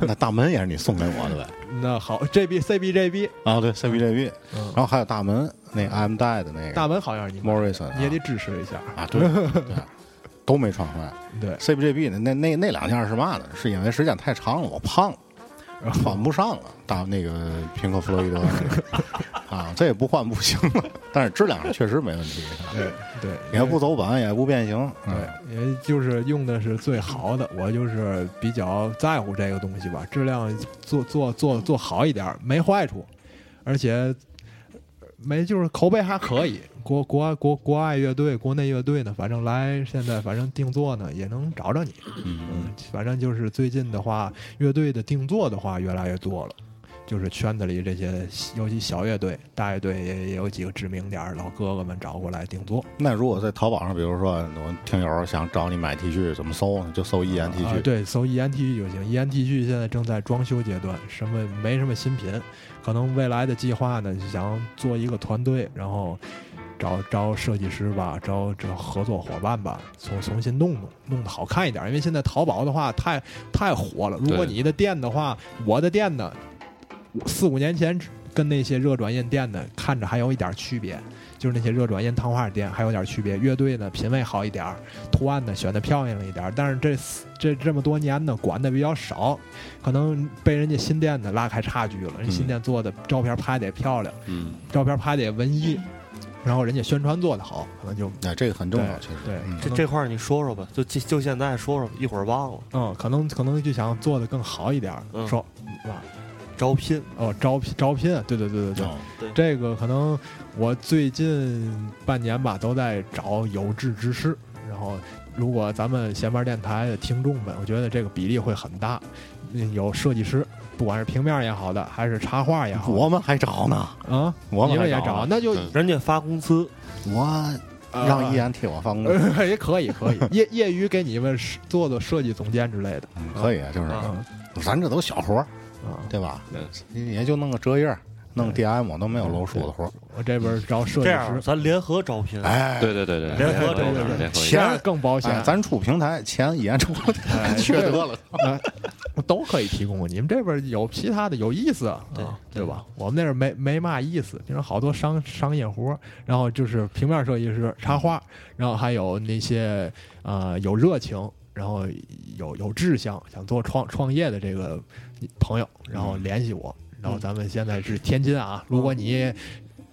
B: 那大门也是你送给我的呗？
C: 那好，J B C B J B，
B: 啊，对，C B J B，
C: 嗯
B: 然后还有大门那 M 带的那个
C: 大门好像是你买的，
B: Morrison，啊
C: 你也得支持一下。
B: 啊，对，对，都没穿回来。
C: 对，
B: CBGB 那那那那两项是嘛呢？是因为时间太长了，我胖了，换不上了。大那个平克·弗洛伊德啊，这也不换不行了。但是质量上确实没问题，
C: 对对，
B: 也不走板，也不变形。嗯
C: 对，也就是用的是最好的。我就是比较在乎这个东西吧，质量做做做做好一点儿，没坏处，而且呃没就是口碑还可以。国国外国国外乐队、国内乐队呢，反正来现在反正定做呢也能找着你。嗯，反正就是最近的话，乐队的定做的话越来越多了。就是圈子里这些，尤其小乐队、大乐队也也有几个知名点儿老哥哥们找过来定做。
B: 那如果在淘宝上，比如说我听友想找你买 T 恤，怎么搜呢？就搜一言 E T
C: 啊
B: 恤。，
C: 对，搜易安 T 恤就行。易安 T 恤现在正在装修阶段，什么没什么新品，可能未来的计划呢，想做一个团队，然后找找设计师吧，找找合作伙伴吧，重重新弄弄，弄得好看一点。因为现在淘宝的话太太火了，如果
D: 对
C: 你的店的话，我的店呢，四五年前跟那些热转印店呢，看着还有一点区别。就是那些热转印烫画店还有点区别，乐队呢品味好一点儿，图案呢选的漂亮了一点儿，但是这四这这么多年呢管的比较少，可能被人家新店呢拉开差距了。人新店做的照片拍的也漂亮，
D: 嗯，
C: 照片拍的也文艺，然后人家宣传做的好，可能就
B: 哎，这个很重要，其实。
C: 对
B: 嗯
A: 这这块儿你说说吧，就就就现在说说，一会儿忘了。
C: 嗯，可能可能就想做的更好一点儿。
A: 嗯
C: 说啊
A: 招聘，
C: 哦，招聘招聘，对对对对对，
B: 哦
C: 这个可能我最近半年吧，都在找有志之士。然后，如果咱们闲玩电台的听众们，我觉得这个比例会很大。嗯有设计师，不管是平面也好的，还是插画也好的，
B: 我们还找呢，
C: 啊，
B: 我
C: 你
B: 们
C: 们
B: 还
C: 也
B: 找
C: 找，
B: 呢，
C: 那就
A: 人家发工资，
B: 我
C: 呃
B: 让一言替我发工资，
C: 呃也可以，可以业业余给你们是做做设计总监之类的
B: 嗯可以，就是
C: 啊
B: 咱这都小活儿，
C: 啊。
B: 对吧
D: 对？
B: 也就弄个折页，弄 DM 都没有露数的活儿。
C: 我这边找设计
A: 这样
C: 师，
A: 咱联合招聘，
B: 哎，
D: 对对对对，
A: 联合
D: 合
A: 招聘
D: 一点，联合一
C: 这
D: 点。
C: 样更保险
B: 哎，。咱出平台，钱一言出， 缺德了。
C: 哎，都可以提供。你们这边有其他的有意思，
A: 对
C: 啊
A: 对
C: 对吧？我们那儿没没嘛意思，平常好多商商业活儿，然后就是平面设计师、插画，然后还有那些呃有热情，然后有有志向想做创创业的这个朋友，然后联系我。然后咱们现在是天津啊，如果你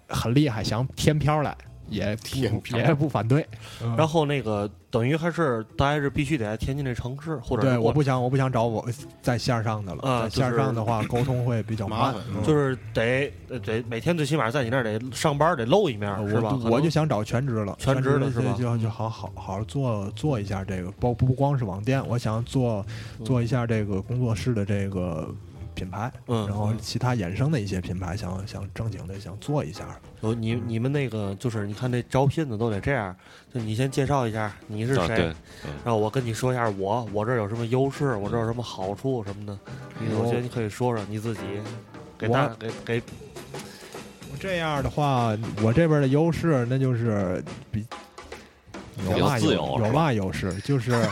C: 很厉害，想天漂来。也
B: 天
C: 不
B: 漂
C: 也不反对，嗯
A: 然后那个等于还是大家是必须得在天津这城市，或者
C: 对，
A: 是
C: 我不想，我不想找我在线上的了，
A: 啊
C: 在线
A: 就是
C: 上的话沟通会比较
B: 麻
C: 慢
B: 烦，
C: 嗯
A: 就是得呃得每天最起码在你那儿得上班得露一面
C: 啊
A: 是吧？
C: 我我就想找全职了，
A: 全职
C: 职
A: 了是吧嗯
C: 就就就好好好好做做一下这个，包不光是网店，我想做做一下这个工作室的这个品牌，
A: 嗯
C: 然后其他衍生的一些品牌，想想正经的想做一下。
A: 有你你们那个就是你看这招聘的都得这样，就你先介绍一下你是
D: 啊，
A: 谁，
D: 对，
A: 然后我跟你说一下我我这儿有什么优势，我这儿有什么好处什么的，你
C: 有
A: 我觉得你可以说说你自己，给大给给
C: 这样的话，我这边的优势那就是比
D: 比
C: 有
D: 较
C: 嘛有
D: 自由
C: 有
D: 是吧
C: 嘛优势，就是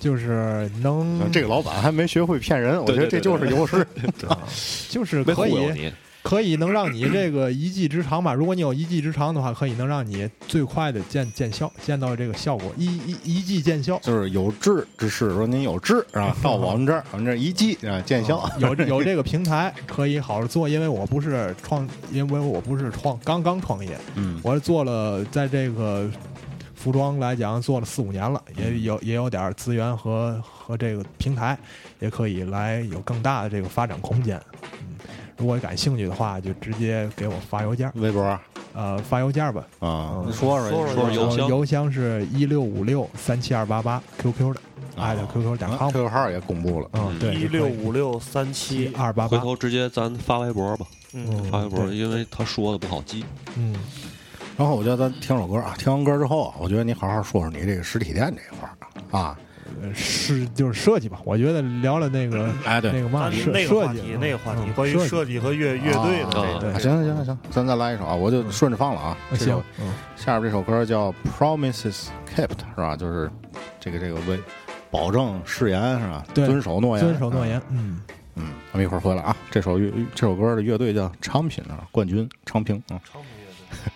C: 就是
D: 啊
C: 能
B: 这个老板还没学会骗人，我觉得这就是优势。
C: 就是
D: 没
C: 可
D: 忽
C: 以
D: 悠你，
C: 可以能让你这个一技之长吧。如 果你有一技之长的话，可以能让你最快的见见效，见到这个效果，一一一技见效。
B: 就是有志之士，说您有志啊，到我们这儿，我们这儿一记啊，见效。
C: 有有这个平台可以好好做，因为我不是创，因为我不是创刚刚创业，
B: 嗯，
C: 我是做了在这个服装来讲做了四五年了，也有也有点资源和和这个平台，也可以来有更大的这个发展空间。嗯，如果感兴趣的话，就直接给我发邮件，
B: 微博啊，
C: 呃，发邮件吧。
B: 啊
C: 嗯
B: 你说说
A: 说
B: 你
A: 说
B: 说
A: 就
B: 说
A: 邮
C: 呃
D: 箱
C: 邮箱是一六五六三七二八八 QQ 的，艾特 QQ 点 com。
B: ，QQ 号也公布了。
C: 嗯，对，
A: 一六五六三
C: 七
A: 七，
C: 二八
D: 回
C: 八。
D: 头直接咱发微博吧，
A: 嗯，
D: 发微博，
C: 对
D: 因为他说的不好记。
C: 嗯，
B: 然后我觉得咱听首歌啊，听完歌之后啊，我觉得你好好说说你这个实体店这一块儿啊，
C: 呃是就是设计吧，我觉得聊聊那个
B: 哎对
C: 那个嘛
A: 咱
C: 设
A: 那个
C: 设
A: 话
C: 计
A: 题
C: 嗯
A: 那个话题
C: 嗯
A: 关于
C: 设
A: 设计和乐乐队的
B: 啊
A: 这个。
C: 对
B: 啊行行行行，咱再来一首啊，我就顺着放了啊。
C: 计
B: 这
C: 行
B: 首，
C: 嗯
B: 下边这首歌叫《Promises Kept》是吧？就是这个这个为保证誓言是吧？
C: 对
B: 遵守诺言，
C: 遵守诺言。嗯，
B: 嗯。嗯，咱们一会儿回来啊。这首乐这首歌的乐队叫昌平啊，冠军昌平啊。
A: Promises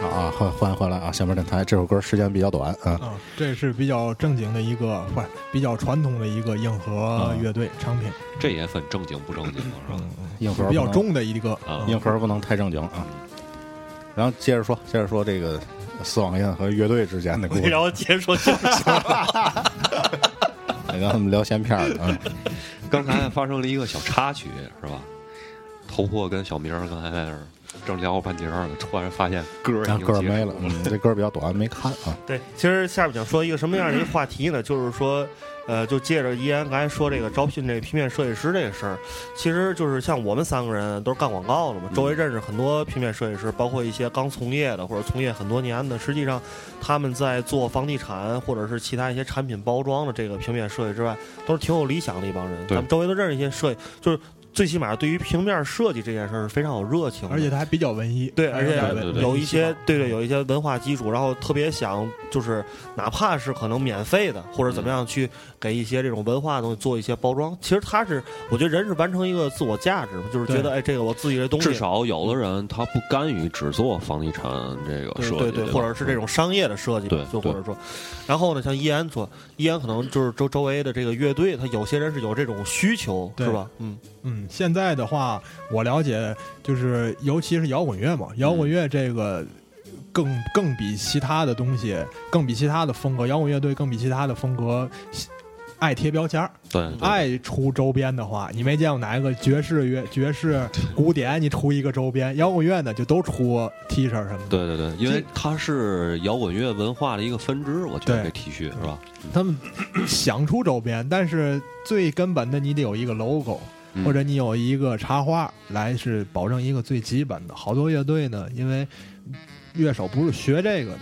B: 啊啊，欢欢迎回来啊！下面电台这首歌时间比较短啊，
C: 啊，这是比较正经的一个，不是比较传统的一个硬核乐队产品，
D: 这也分正经不正
A: 嗯
D: 经了，是吧？
B: 硬核
C: 比较
B: 不能
C: 重的一个。
D: 啊，
B: 硬核不能太正经啊。然后接着说，接着说这个丝网印和乐队之间的故事
A: 然。后接着说相声，
C: 哎
B: 刚才我们聊闲篇儿啊，
D: 刚才发生了一个小插曲，是吧？头破跟小明儿刚才在那儿正聊半截儿呢，突然发现歌儿已
B: 然
D: 经
B: 后歌儿
D: 结束
B: 没了，嗯，这歌儿比较短，没看啊。
A: 对，其实下面想说一个什么样的一个话题呢？就是说，呃，就借着依然刚才说这个招聘这个平面设计师这个事儿，其实就是像我们三个人都是干广告的嘛，周围认识很多平面设计师，包括一些刚从业的或者从业很多年的，实际上他们在做房地产或者是其他一些产品包装的这个平面设计之外，都是挺有理想的一帮人。咱
D: 对
A: 们周围都认识一些设计，就是最起码对于平面设计这件事儿是非常有热情的，
C: 而且它还比较文艺，
A: 对，
C: 还
A: 而
C: 是
A: 且
C: 比较
D: 对
C: 文
D: 对对
A: 有一些对对，有一些文化基础，然后特别想就是哪怕是可能免费的或者怎么
D: 嗯
A: 样去给一些这种文化的东西做一些包装。其实他是，我觉得人是完成一个自我价值，就是觉得哎，这个我自己这东西
D: 至少有的人他不甘于只做房地产这个
A: 对
D: 设计，
A: 对对，
D: 吧
A: 或者是这种商业的设计吧，
D: 对
A: 就
D: 对
A: 或者说，然后呢，像易安说，易安可能就是周周围的这个乐队，他有些人是有这种需求，
C: 对
A: 是吧？嗯，
C: 嗯，现在的话，我了解就是，尤其是摇滚乐嘛，摇滚乐这个更更比其他的东西，更比其他的风格，摇滚乐队更比其他的风格爱贴标签儿，
D: 对
A: 嗯
D: 对
C: 爱出周边的话，你没见过哪一个爵士乐、爵士古典你出一个周边，摇滚乐呢就都出 T 恤什么的。
D: 对对对，因为它是摇滚乐文化的一个分支，我觉得
C: 对
D: 这 T 恤是吧？
C: 他们想出周边，但是最根本的你得有一个 logo，、
D: 嗯
C: 或者你有一个插画来是保证一个最基本的。好多乐队呢，因为乐手不是学这个的，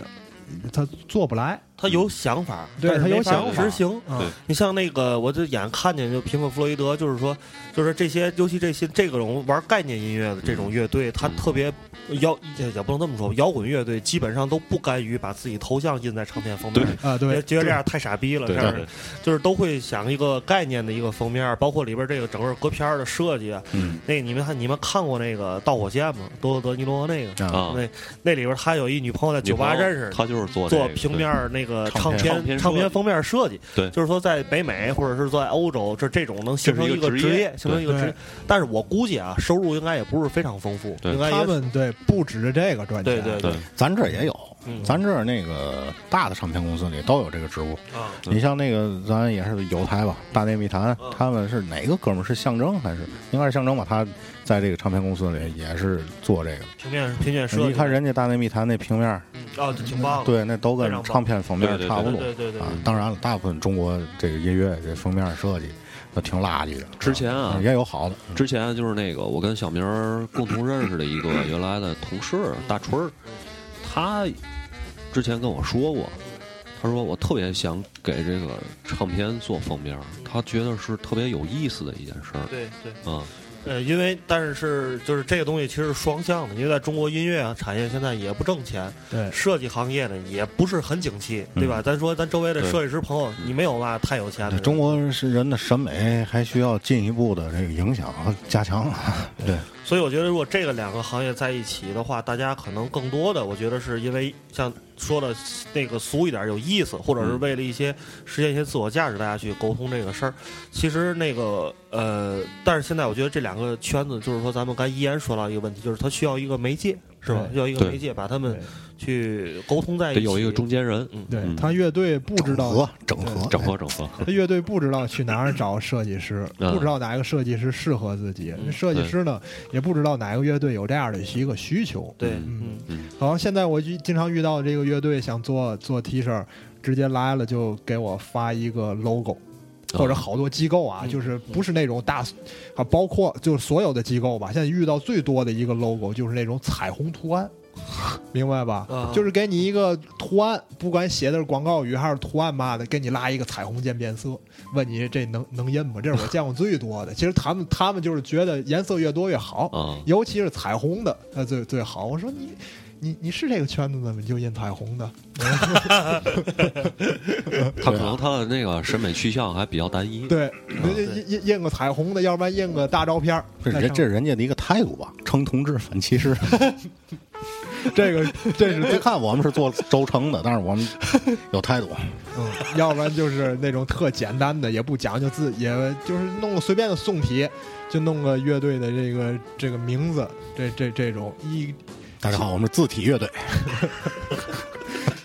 C: 他做不来。
A: 他有
D: 嗯
A: 想法，
C: 对
A: 但是
C: 他有
A: 没法
C: 想法
A: 执行，嗯
C: 啊
D: 对
A: 你像那个，我就眼看见就平克·弗洛伊德，就是说，就是这些，尤其这些这种玩概念音乐的这种
D: 嗯
A: 乐队，他特别摇，也也不能这么说，摇滚乐队基本上都不甘于把自己头像印在唱片封面上。
C: 啊，
A: 觉得
C: 对，
A: 觉得这样太傻逼了，
D: 对
A: 这
D: 对
A: 样就是都会想一个概念的一个封面，包括里边这个整个歌片的设计啊。
B: 嗯
A: 那个你们看你们看过那个《导火线》吗？多德尼罗那个，
B: 嗯
D: 啊，
A: 那那里边他有一女朋友在
D: 女
A: 酒吧
D: 朋友
A: 认识的，
D: 他就是做这
A: 做
D: 个
A: 平
D: 对
A: 面儿那个
B: 唱
A: 唱
B: 片
D: 唱片
A: 片唱
D: 设
A: 片
D: 计
A: 封面设计，
D: 对
A: 就是说在北美或者是在欧洲，这这种能形成
D: 这是一个
A: 个
D: 职业
A: 职业，形成一个职业
C: 对。
A: 但是我估计啊，收入应该也不是非常丰富，
D: 对
A: 应该
C: 他
A: 也
C: 们对不止这个赚钱，
A: 对对
D: 对
B: 咱这儿也有，
A: 嗯
B: 咱这儿那个大的唱片公司里都有这个职务。
A: 啊，
D: 对
B: 你像那个，咱也是有台吧，大内密谈，他们是哪个哥们儿是象征还是应该是象征吧？他在这个唱片公司里也是做这个。
A: 平面平面设计，
B: 你看人家大内密谈那平面儿，
A: 嗯啊，就挺棒的，
B: 对，那都跟唱片封面儿
D: 对对对
B: 差不
A: 对
B: 多
A: 对对对
B: 啊。当然了，大部分中国这个音乐这封面儿设计那挺垃圾的。
D: 之前啊
B: 也有好的，
D: 之前就是那个我跟小明儿共同认识的一个原来的同事大春儿，他之前跟我说过，他说我特别想给这个唱片做封面儿，他觉得是特别有意思的一件事儿。
A: 对对。
D: 嗯，
A: 呃，因为但是是就是这个东西其实是双向的，因为在中国音乐啊产业现在也不挣钱，
C: 对
A: 设计行业呢也不是很景气，对吧？咱说咱周围的
D: 嗯对
A: 设计师朋友，你没有嘛太有钱的
B: 对
A: 人，
B: 中国是人的审美还需要进一步的这个影响和加强。啊对，
A: 所以我觉得，如果这个两个行业在一起的话，大家可能更多的，我觉得是因为像说的那个俗一点儿有意思，或者是为了一些实现一些自我价值，大家去沟通这个事儿。其实那个呃，但是现在我觉得这两个圈子，就是说咱们刚才依然说到一个问题，就是它需要一个媒介，是吧？
C: 对
A: 需要一个
D: 对
A: 媒介把他们去沟通在一
D: 得
A: 起，
D: 有一个中间人
C: 对
D: 嗯，
C: 他乐队不知
B: 整
C: 道
B: 合整合
D: 整合整合。
C: 这乐队不知道去哪儿找设计师，
D: 嗯
C: 不知道哪个设计师适合自己。
A: 嗯
C: 设计师呢，也不知道哪个乐队有这样的一个需求。
A: 对，
D: 嗯
A: 嗯。
D: 嗯，
C: 好像现在我就经常遇到这个乐队想做做 T 恤，直接来了就给我发一个 logo。或者好多机构啊，就是不是那种大，啊，包括就是所有的机构吧，现在遇到最多的一个 logo 就是那种彩虹图案， 明白吧？
A: 啊
C: 就是给你一个图案，不管写的是广告语还是图案嘛的，给你拉一个彩虹渐变色，问你这能能印吗？这是我见过最多的。其实他们他们就是觉得颜色越多越好，
D: 啊
C: 尤其是彩虹的，那最最好。我说你。你你是这个圈子的吗？你就印彩虹的，
D: 他可能他的那个审美趋向还比较单一。
C: 嗯对，印印印个彩虹的，要不然印个大照片儿。
B: 这
C: 在
B: 人
C: 上
B: 这是人家的一个态度吧，称同志反歧 视。
C: 这个这是
B: 别看我们是做轴承的，但是我们有态度。
C: 嗯，要不然就是那种特简单的，也不讲究字，也就是弄个随便的宋体，就弄个乐队的这个这个名字，这这这种一
B: 大家好，我们是字体乐队。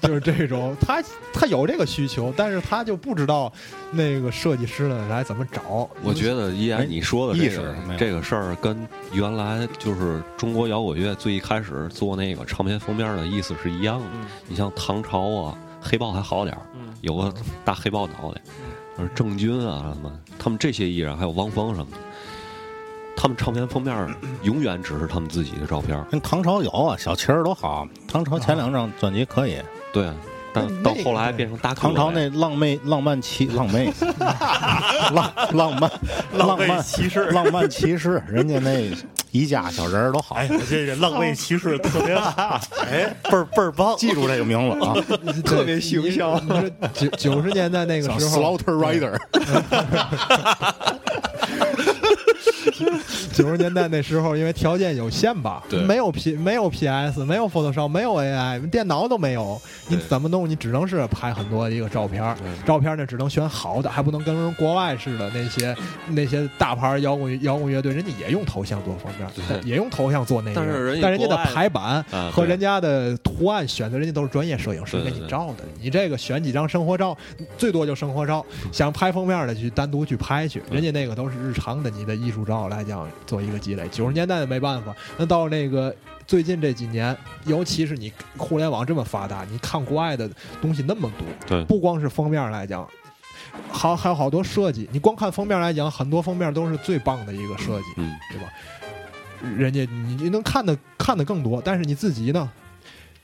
C: 就是这种， 他他有这个需求，但是他就不知道那个设计师呢来怎么找。
D: 我觉得依然你说的
B: 没
D: 这
B: 意识
D: 个
B: 没有
D: 这个事儿，跟原来就是中国摇滚乐最一开始做那个唱片封面的意思是一样的。你像唐朝啊，黑豹还好点儿，有个大黑豹脑袋，而郑钧啊什么，他们这些艺人还有汪峰什么的，他们唱片封面儿永远只是他们自己的照片儿。
B: 跟唐朝有啊，小旗儿都好。唐朝前两张专辑可
C: 啊
B: 以，
D: 对，啊但
C: 那
D: 到
C: 那
D: 后
C: 个
D: 来
C: 对
D: 变成大哥
B: 唐朝
D: 了
B: 那浪妹浪漫骑浪 妹，浪浪漫
A: 浪
B: 漫
A: 漫骑士
B: 浪漫骑士，人家那宜家小人儿都好
A: 哎，，我这人浪费骑士特别好， 哎，倍儿倍儿棒。
B: 记住这个名字啊。
C: 特别形象。你说九九十年代那个
B: 叫
C: 时候，
B: Slaughter Rider，
C: 九十年代那时候，因为条件有限吧，
D: 对
C: 没有 P 没有 PS，没有 Photoshop，没有 AI，电脑都没有，你
D: 对
C: 怎么弄？你只能是拍很多一个照片儿，照片儿呢只能选好的，还不能跟人国外似的那些那些大牌摇滚摇滚乐队，人家也用头像做封面，但也用头像做那个，
D: 但是人家
C: 但人家的
D: 国外
C: 排版
D: 啊
C: 和
D: 对
C: 人家的图案选择，人家都是专业摄影师
D: 对
C: 给
D: 对
C: 你
D: 对
C: 照的，你这个选几张生活照，最多就生活照，
D: 嗯
C: 想拍封面的去单独去拍去，人家那个都是日常的，你的艺术照来讲做一个积累。九十年代的没办法，那到那个最近这几年，尤其是你互联网这么发达，你看国外的东西那么多，
D: 对
C: 不光是封面来讲。好，还有好多设计。你光看封面来讲，很多封面都是最棒的一个设计，
D: 嗯，
C: 对吧？人家你你能看的看的更多，但是你自己呢，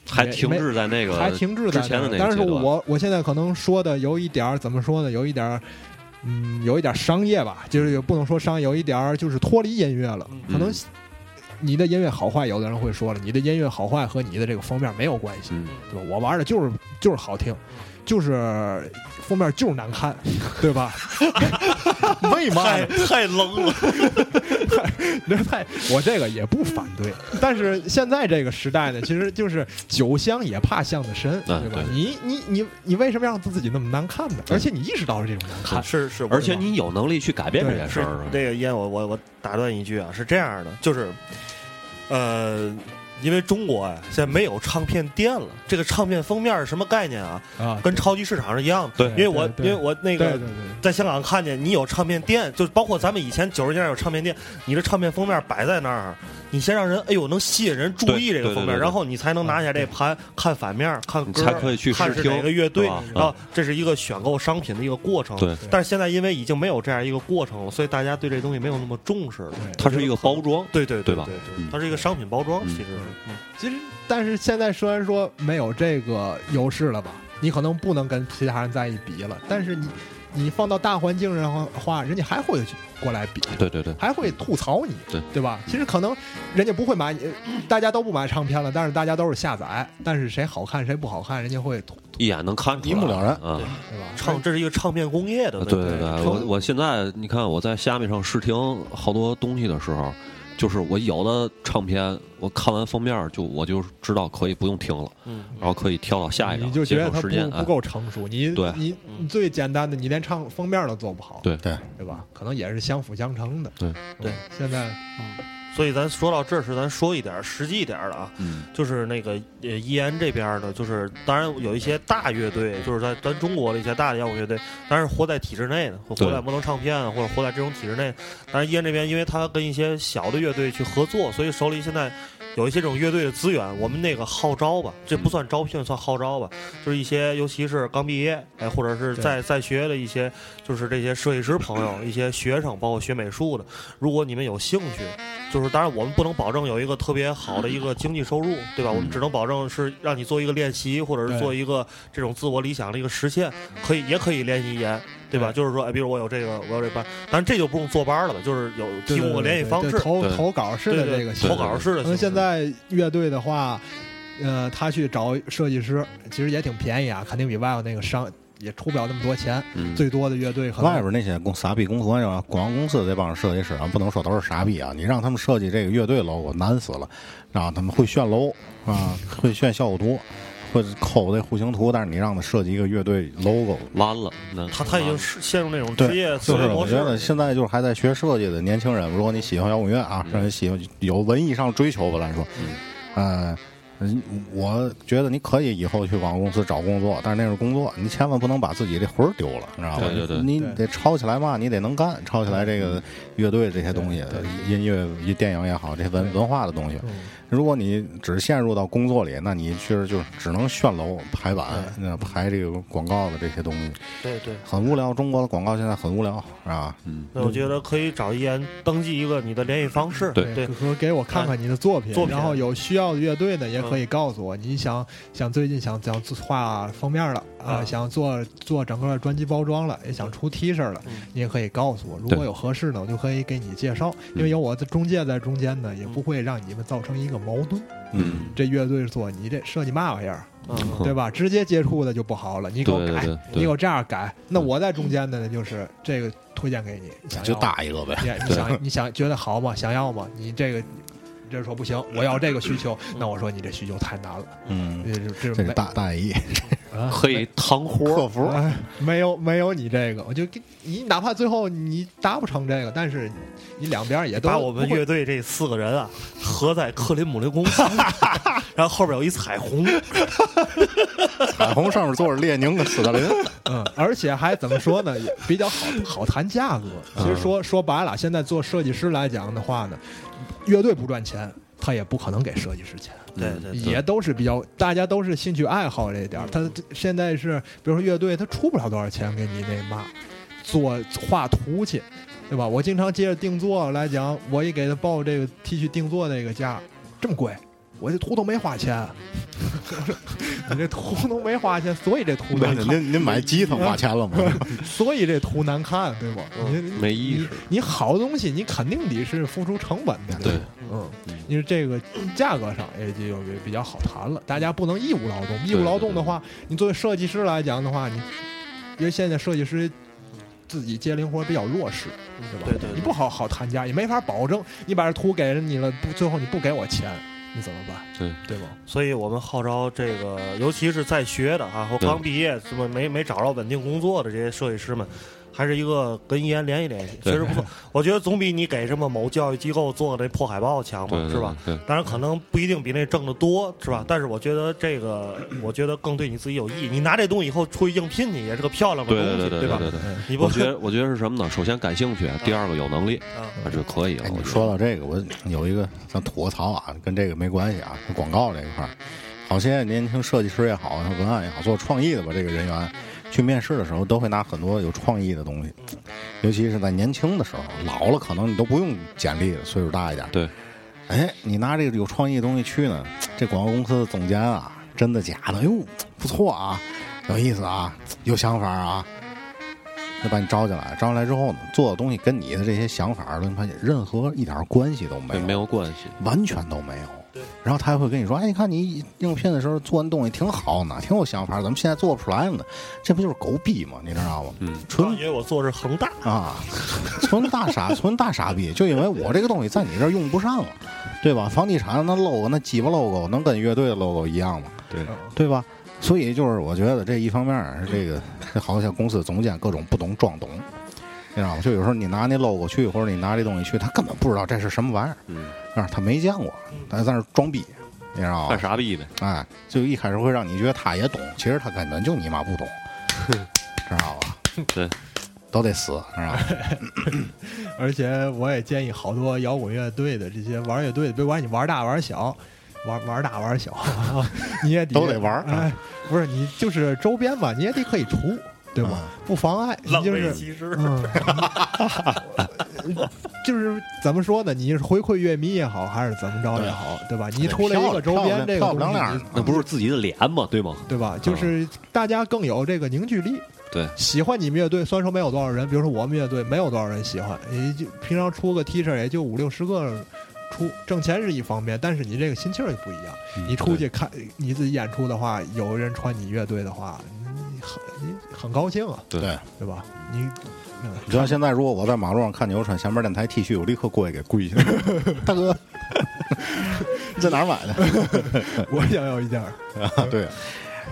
D: 还
C: 也
D: 停
C: 没
D: 滞在那个
C: 还停滞在
D: 之前的
C: 那儿
D: 那个
C: 但是
D: 阶段
C: 我我现在可能说的有一点儿怎么说呢？有一点儿，嗯，有一点儿商业吧，就是也不能说商业，有一点儿就是脱离音乐了。可能
D: 嗯
C: 你的音乐好坏，有的人会说了，你的音乐好坏和你的这个封面没有关系，
D: 嗯
C: 对吧？我玩的就是就是好听，
B: 嗯
C: 就是封面就是难看，对吧？
B: 为嘛
A: 太哎太冷了，
C: 那太我这个也不反对，但是现在这个时代呢，其实就是酒香也怕巷子深，
A: 啊
D: 嗯
C: 对吧？
D: 对
C: 你你你你为什么让自己那么难看呢？而且你意识到了这种难看，
A: 是是，
D: 而且你有能力去改变这
C: 对
D: 件事
A: 是
D: 儿。啊
A: 这个烟，我我我打断一句啊，是这样的，就是，呃，因为中国啊，现在没有唱片店了，这个唱片封面是什么概念啊？
C: 啊，
A: 跟超级市场是一样的。
C: 对
A: 因为我因
C: 对对
A: 为我那
C: 对
A: 个
C: 对对，
A: 在香港看见你有唱片店，就是包括咱们以前九十年代有唱片店，你的唱片封面摆在那儿，你先让人哎呦能吸引人注意
D: 对
A: 这个封
D: 对对
A: 面，
D: 对嗯
A: 然后你才能拿下这盘看反面、看
D: 你
A: 歌，
D: 才可以去试
A: 看是
D: 听
A: 哪个乐队
D: 是吧嗯
A: 啊，这是一个选购商品的一个过程。
D: 对，
A: 但是现在因为已经没有这样一个过程了，所以大家对这东西没有那么重视了。
D: 它是一个包装，
A: 对对
D: 对吧
A: 对
D: 嗯
A: 它是一个商品包装，
D: 嗯
A: 其实是。嗯
C: 其实但是现在虽然说没有这个优势了吧，你可能不能跟其他人在一比了，但是你你放到大环境上的话，人家还会去过来比。
D: 对对对，
C: 还会吐槽你，
D: 对
C: 吧？其实可能人家不会买你，大家都不买唱片了，但是大家都是下载，但是谁好看谁不好看，人家会吐，
D: 一眼能看出来，
B: 一目了然
D: 啊。
C: 对吧？
A: 唱这是一个唱片工业的问
D: 对
A: 题。
D: 啊对
A: 唱
D: 对，我我现在你看我在虾米上试听好多东西的时候，就是我有的唱片，我看完封面儿就我就知道可以不用听了，
A: 嗯
D: 然后可以跳到下一
C: 你
D: 张，
C: 就觉
D: 节
C: 得
D: 省
C: 他
D: 时间
C: 不不
D: 哎。
C: 够成熟，你
D: 对
C: 你
A: 嗯
C: 你最简单的，你连唱封面都做不好，
D: 对
B: 对
C: 对吧？可能也是相辅相成的。
D: 对
C: 嗯
A: 对，
C: 现在
A: 所以咱说到这儿时，咱说一点儿实际一点儿的啊，
D: 嗯
A: 就是那个呃，伊安这边儿呢，就是当然有一些大乐队，就是在咱中国的一些大的摇滚乐队，当然是活在体制内的，或
D: 对
A: 活在摩登唱片啊，或者 E 活在这种体制内。但是伊安这边，因为他跟一些小的乐队去合作，所以手里现在有一些这种乐队的资源，我们那个号召吧，这
D: 嗯
A: 不算招聘，算号召吧，就是一些尤其是刚毕业，哎，或者是
C: 对嗯
A: 在在学的一些，就是这些设计师朋友、一些学生，包括学美术的，如果你们有兴趣，就是当然我们不能保证有一个特别好的一个经济收入，对吧？我们只能保证是让你做一个练习，或者是
C: 嗯对
A: 做一个这种自我理想的一个实现，可以也可以练习一言，对吧？就是说，哎，比如我有这个，我有这班，当然这就不用坐班了吧，就是有
C: 对
A: 提供
C: 对对
A: 个联系
C: 对
A: 方
C: 对
A: 式，
C: 投
D: 对
C: 投稿式的
A: 对
C: 这个
A: 对，
C: 形
A: 投
C: 式。
A: 稿式的形式。
C: 可能现在乐队的话，呃，他去找设计师，其实也挺便宜啊，肯定比外头那个商也出不了那么多钱。
D: 嗯
C: 最多的乐队可能
B: 外边那些公傻逼公司啊，广告公司这帮设计师啊，不能说都是傻逼啊。你让他们设计这个乐队 logo 难死了，让他们会炫楼啊，会炫效果图，会抠这户型图，但是你让他设计一个乐队 logo，
D: 弯了，那
A: 他他已
C: 啊
A: 经是陷入那种职业思
B: 就
A: 维
B: 是
A: 模
B: 我
A: 式
B: 觉
A: 了。
B: 得现在就是还在学设计的年轻人，如果你喜欢摇滚乐啊，让你喜欢有文艺上追求吧来说，嗯。嗯我觉得你可以以后去广告公司找工作，但是那是工作，你千万不能把自己这魂儿丢了，你知道吧？
D: 对对对
B: 你
C: 对
B: 得抄起来嘛，你得能干，抄起来这个乐队这些东西
C: 对，
B: 音乐、电影也好，这些文文化的东西。如果你只陷入到工作里，那你确实就是只能炫楼、排版、那排这个广告的这些东西，
A: 对对，
B: 很无聊。中国的广告现在很无聊，是吧？
A: 那我觉得可以找一言登记一个你的联系方式。
D: 对
A: 对
C: 可，可给我看看你的作品，
A: 作品
C: 然后有需要的乐队呢，也可以告诉我，你想想最近想想做画封面了啊、
A: 啊
C: 想做做整个专辑包装了，也想出 T 恤了，
A: 嗯
C: 你也可以告诉我，如
D: 对
C: 果有合适呢，我就可以给你介绍，因为有我的中介在中间呢，也不会让你们造成一个矛盾。
D: 嗯，
C: 这乐队做你这设计嘛玩意儿，
A: 嗯，
D: 嗯
C: 对吧？直接接触的就不好了，你给我
D: 对对
C: 改，
D: 对对
C: 你给我这样改，那我在中间的呢，就是这个推荐给你，想
B: 就
C: 要
B: 搭一个呗。
C: 你你想你想觉得好吗？想要吗？你这个你这说不行，我要这个需求，那我说你这需求太难了，
B: 嗯，
C: 这这
B: 这
C: 没
B: 是大大意，
C: 啊
D: 可以趟
B: 客
D: 活，
B: 服
C: 哎没有没有你这个，我就给你哪怕最后你达不成这个，但是你两边也都
A: 把我们
C: 不会
A: 乐队这四个人啊合在克林姆林公司，然后后边有一彩虹，
B: 彩虹上面坐着列宁跟斯大林，
C: 嗯，而且还怎么说呢，也比较好好谈价格。
B: 嗯
C: 其实说说白了，现在做设计师来讲的话呢，乐队不赚钱。他也不可能给设计师钱，
A: 对对对嗯
C: 也都是比较，大家都是兴趣爱好这一点儿。他这现在是，比如说乐队，他出不了多少钱给你那嘛，做画图去，对吧？我经常接着定做来讲，我也给他报这个 T 恤定做那个价，这么贵，我这图都没花 钱，你这图都没花钱，所以这图 难看。
B: 您您买鸡他花钱了吗？
C: 所以这图难看，对吧？你
A: 嗯
D: 没意识
C: 你你好东西，你肯定得是付出成本的，吧
D: 对，
C: 嗯，因为这个价格上也就也比较好谈了。大家不能义务劳动，义务劳动的话，你作为设计师来讲的话，你因为现在设计师自己接零活比较弱势，对吧？
A: 对对对
C: 你不好好谈价，也没法保证你把这图给人你了，不最后你不给我钱，你怎么办？
D: 对
C: 对吧？
A: 所以我们号召这个，尤其是在学的啊，或
D: 对
A: 刚毕业什么没没找着稳定工作的这些设计师们，还是一个跟一言联系联系，确
D: 对
A: 实不错。我觉得总比你给什么某教育机构做的那破海报强
D: 对
A: 嘛，是吧？？
D: 对，
A: 当然可能不一定比那挣得多，是吧？但是我觉得这个，我觉得更对你自己有益。你拿这东西以后出去应聘去，也是个漂亮的
D: 对
A: 东西，
D: 对对
A: 吧？
D: 对对。
A: 你不
D: 我 觉得，我觉得是什么呢？首先感兴趣，第二个有能力，
A: 啊
D: 啊，这可以。
B: 哎，
D: 我
B: 你
D: 觉
B: 说到这个，我有一个咱吐个槽啊，跟这个没关系啊，跟广告这一块儿，好些年轻设计师也好，文案也好，做创意的吧，这个人员去面试的时候都会拿很多有创意的东西，尤其是在年轻的时候，老了可能你都不用简历了，岁数大一点。
D: 对，
B: 哎，你拿这个有创意的东西去呢，这广告公司的总监啊，真的假的？哎呦，不错啊，有意思啊，有想法啊。就把你招进来，招进来之后呢，做的东西跟你的这些想法儿都，你发现任何一点儿关系都没
D: 对
B: 有，
D: 没有关系。
B: 完全都没有。然后他还会跟你说：“哎，你看你应聘的时候做那东西挺好呢，挺有想法，怎么现在做不出来呢？这不就是狗逼吗？你知道吗？
D: 嗯
B: 纯
A: 因为我做的是恒大，
B: 啊，纯大 傻，纯大傻逼，就因为我这个东西在你这儿用不上了，对吧？房地产那 logo 那鸡巴 logo 能跟乐队的 logo 一样吗？
D: 对
B: 对吧？所以就是我觉得这一方面儿这个这好像公司总监各种不懂装懂，你知道吗？就有时候你拿那 logo 去，或者你拿这东西去，他根本不知道这是什么玩意儿，
D: 嗯，
B: 但是他没见过，他在那儿装逼，你知道吗
D: 干？啥逼 呢？
B: 哎，就一开始会 让你觉得他也懂，其实他根本就你妈不懂，知道吧？
D: 对，
B: 都得死，是吧？
C: 而且我也建议好多摇滚乐队的这些玩乐队的，别管你玩大玩小，玩玩大玩小， 你也得
B: 都得 玩儿啊
C: 哎，不是你就是周边吧，你也得可以出，对吧？
B: 啊
C: 不妨碍，你
A: 浪
C: 就
A: 费
C: 是
A: 其实
C: 嗯， 就是怎么说呢？你是回馈乐迷也好，还是怎么着也好，对吧？你出了一个周边这个
B: 漂
C: 东
B: 亮漂亮
C: 西，
D: 那不是自己的脸吗？对吗？
C: 对吧？就是大家更有这个凝聚力。
D: 对，
C: 喜欢你们乐队，虽然说没有多少人，比如说我们乐队没有多少人喜欢，也就平常出个 T 恤也就五六十个出，挣钱是一方面，但是你这个心气儿也不一样。你出去看你自己演出的话，有人穿你乐队的话，你很你很高兴啊，
D: 对
B: 对
C: 对吧？你
B: 你知道现在如果我在马路上看见有穿前面电台 T 恤，我立刻过去给跪下，大哥，你在哪儿买的？
C: 我想要一件儿，
B: 对。啊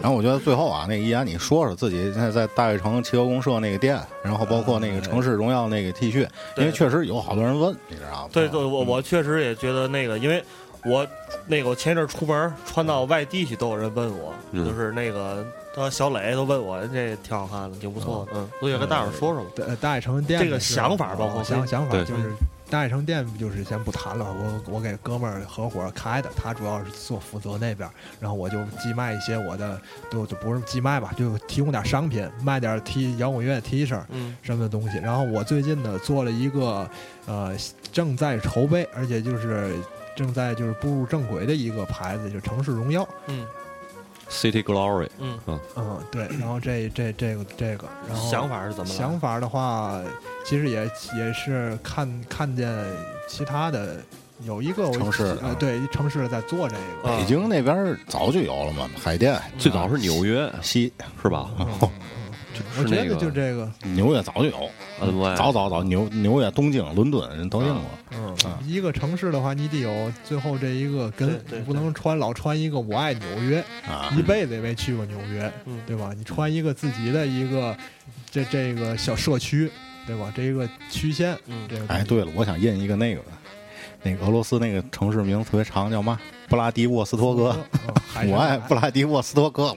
B: 然后我觉得最后啊，那个依然你说说自己现在在大悦城汽车公社那个店，然后包括那个城市荣耀那个 T 恤，因为
A: 对
B: 确实有好多人问，你知道吗？
A: 对对，我我确实也觉得那个，因为我那个我前一阵儿出门儿穿到外地去，都有人问我，
D: 嗯
A: 就是那个呃小磊都问我，这挺好看的，挺不
D: 哦
A: 错的，嗯，我也跟大伙儿说说吧。
C: 呃，大悦城店
A: 这个
C: 的是
A: 想法包括
C: 想想法
D: 对
C: 就是大悦城店就是先不谈了，我我给哥们儿合伙开的，他主要是做负责那边儿，然后我就寄卖一些我的，就就不是寄卖吧，就提供点商品，卖点 T 摇滚乐 T 恤
A: 嗯，
C: 什么的东西。然后我最近呢做了一个呃正在筹备，而且就是正在就是步入正轨的一个牌子，就是城市荣耀。
A: 嗯
D: City Glory，
A: 嗯，
C: 嗯，对，然后这这这个这个，然后
A: 想法是怎么来的？
C: 想法的话，其实也也是看看见其他的有一个我
B: 城市
C: 呃，对，城市在做这个，
A: 啊
B: 北京那边早就有了嘛，海淀、
C: 嗯
D: 最早是纽约
B: 西、
D: 是吧
C: 我
D: 是
C: 觉
D: 那
C: 得
D: 个
C: 就这个，
B: 纽约早就有，
D: ？N Y
B: 早早早，纽纽约、东京、伦敦人都用过。
C: 嗯
B: 啊，
C: 一个城市的话，你得有最后这一个
A: 对
C: 根
A: 对，对
C: 不能穿老穿一个我爱纽约，
B: 啊，
C: 一辈子也没去过纽约
A: 嗯，
C: 对吧？你穿一个自己的一个这这个小社区，对吧？这一个区县，
A: 嗯
C: 这个
B: 哎，对了，我想印一个那个，那个俄罗斯那个城市名特别长，叫嘛？布拉迪沃斯托
C: 哥，
B: 格。
C: 嗯还是
B: 我爱布拉迪沃斯托格，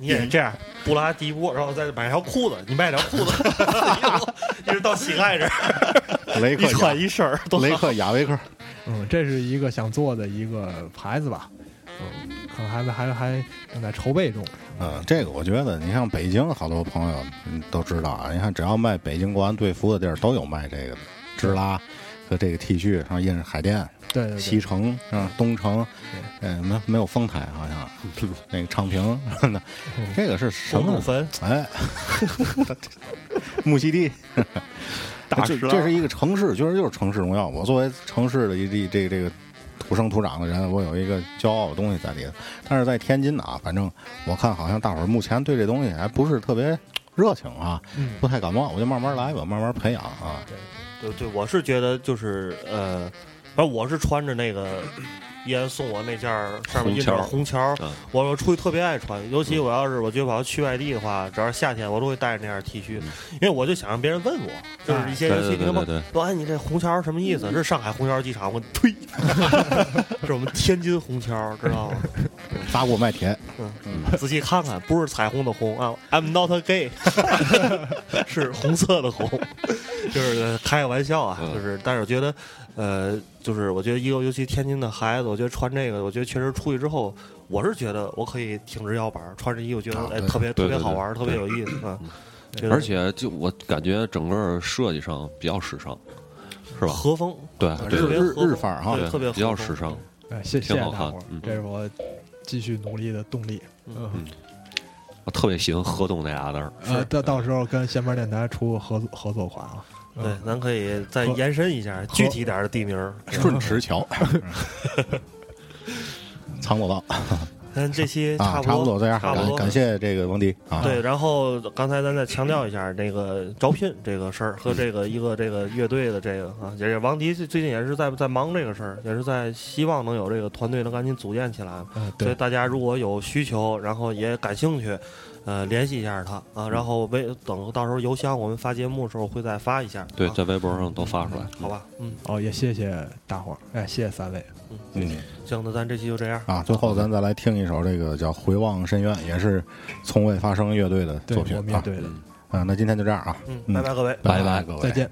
A: 你也这样，布拉迪波，然后再买条裤子，你卖条裤子， 一直到膝盖这 儿，
B: 雷
A: 一
B: 克
A: 穿
B: 雅
A: 一身儿都
B: 雷克雅维克，
C: 嗯，这是一个想做的一个牌子吧，嗯，可能还没还还正在筹备中。
B: 嗯，这个我觉得，你像北京好多朋友嗯都知道啊，你看只要卖北京国安队服的地儿都有卖这个的，直拉和这个 T 恤上印着海淀、
C: 对对
B: 西
C: 对，
B: 城、啊东城，嗯，没没有丰台好 像，那个昌平，
C: 嗯
B: 这个是什
A: 什
B: 么
A: 么？分？
B: 哎， 木樨地，
A: 大
B: 这
A: 石
B: 这是一个城市，确实就是城市荣耀。我作为城市的一地这个这个土生土长的人，我有一个骄傲的东西在里头。但是在天津啊，反正我看好像大伙儿目前对这东西还不是特别热情啊，
C: 嗯
B: 不太感冒。我就慢慢来吧，慢慢培养啊。
A: 对对，我是觉得就是呃，反正我是穿着那个依安送我那件儿上面印着红桥儿，
D: 嗯
A: 我我出去特别爱穿，尤其我要是我觉得我要去外地的话，只要是夏天我都会带着那件 T 恤，因为我就想让别人问我，就是一些
D: 对
A: 尤
D: 对
A: 其你
D: 对
A: 他妈
D: 对对，
A: 说哎你这虹桥儿什么意思？这是上海虹桥儿机场，我 呸，是我们天津虹桥儿，知道吗？
B: 砸锅卖铁，
A: 仔细看看，不是彩虹的虹啊，I'm not gay，是红色的红，就是开个玩笑啊，
D: 嗯
A: 就是，但是我觉得，呃，就是我觉得一个尤其天津的孩子，我觉得穿这个，我觉得确实出去之后，我是觉得我可以挺直腰板儿，穿着衣服觉得
B: 啊
A: 哎
B: 对嗯
A: 特别特
D: 对
A: 别
D: 对
A: 好
D: 对
A: 玩儿，特别有意思啊，觉得
D: 嗯而且就我感觉整个设计上比较时尚，是吧？
A: 和风
D: 对对
A: 特
B: 日
A: 别
D: 对
B: 日
A: 和风
B: 日范儿哈
A: 对，特别
D: 比较
A: 和风
D: 时尚。
C: 哎，谢谢
D: 挺
C: 谢大
D: 好看
C: 伙儿
D: 嗯，
C: 这是我继续努力的动力。嗯，
D: 我特别喜欢河东那俩字儿，
C: 呃，到到时候跟闲班电台出合作合作款啊。
A: 对，
B: 嗯
A: 咱可以再
C: 和
A: 延伸一下具体点儿的地名儿。
B: 顺池 桥，藏宝藏
A: 咱这期
B: 啊，差
A: 不
B: 不多这样。
A: 哎差不
B: 感
A: 多
B: 感谢这个王迪啊，
A: 对，然后刚才咱再强调一下这个招聘这个事儿和这个一个这个乐队的这个啊，也是王迪最近也是在在忙这个事儿，也是在希望能有这个团队能赶紧组建起来。
C: 嗯，
A: 所以
C: 对，
A: 大家如果有需求，然后也感兴趣，呃，联系一下他啊，然后微等到时候邮箱我们发节目的时候会再发一下。
D: 对，
A: 啊
D: 在微博上都发出来。
A: 好吧，嗯，
C: 哦，也谢谢大伙儿，哎，谢谢三位。
B: 嗯。
A: 行，那咱这期就这样。
B: 啊，最后咱再来听一首这个叫《回望深渊》，也是从未发生乐队的
C: 对
B: 作品
C: 我们
B: 啊
C: 乐。队的，
B: 嗯、那今天就这样啊，
A: 嗯，拜拜各位。
B: 拜
C: 拜
B: 各位，
F: 再见。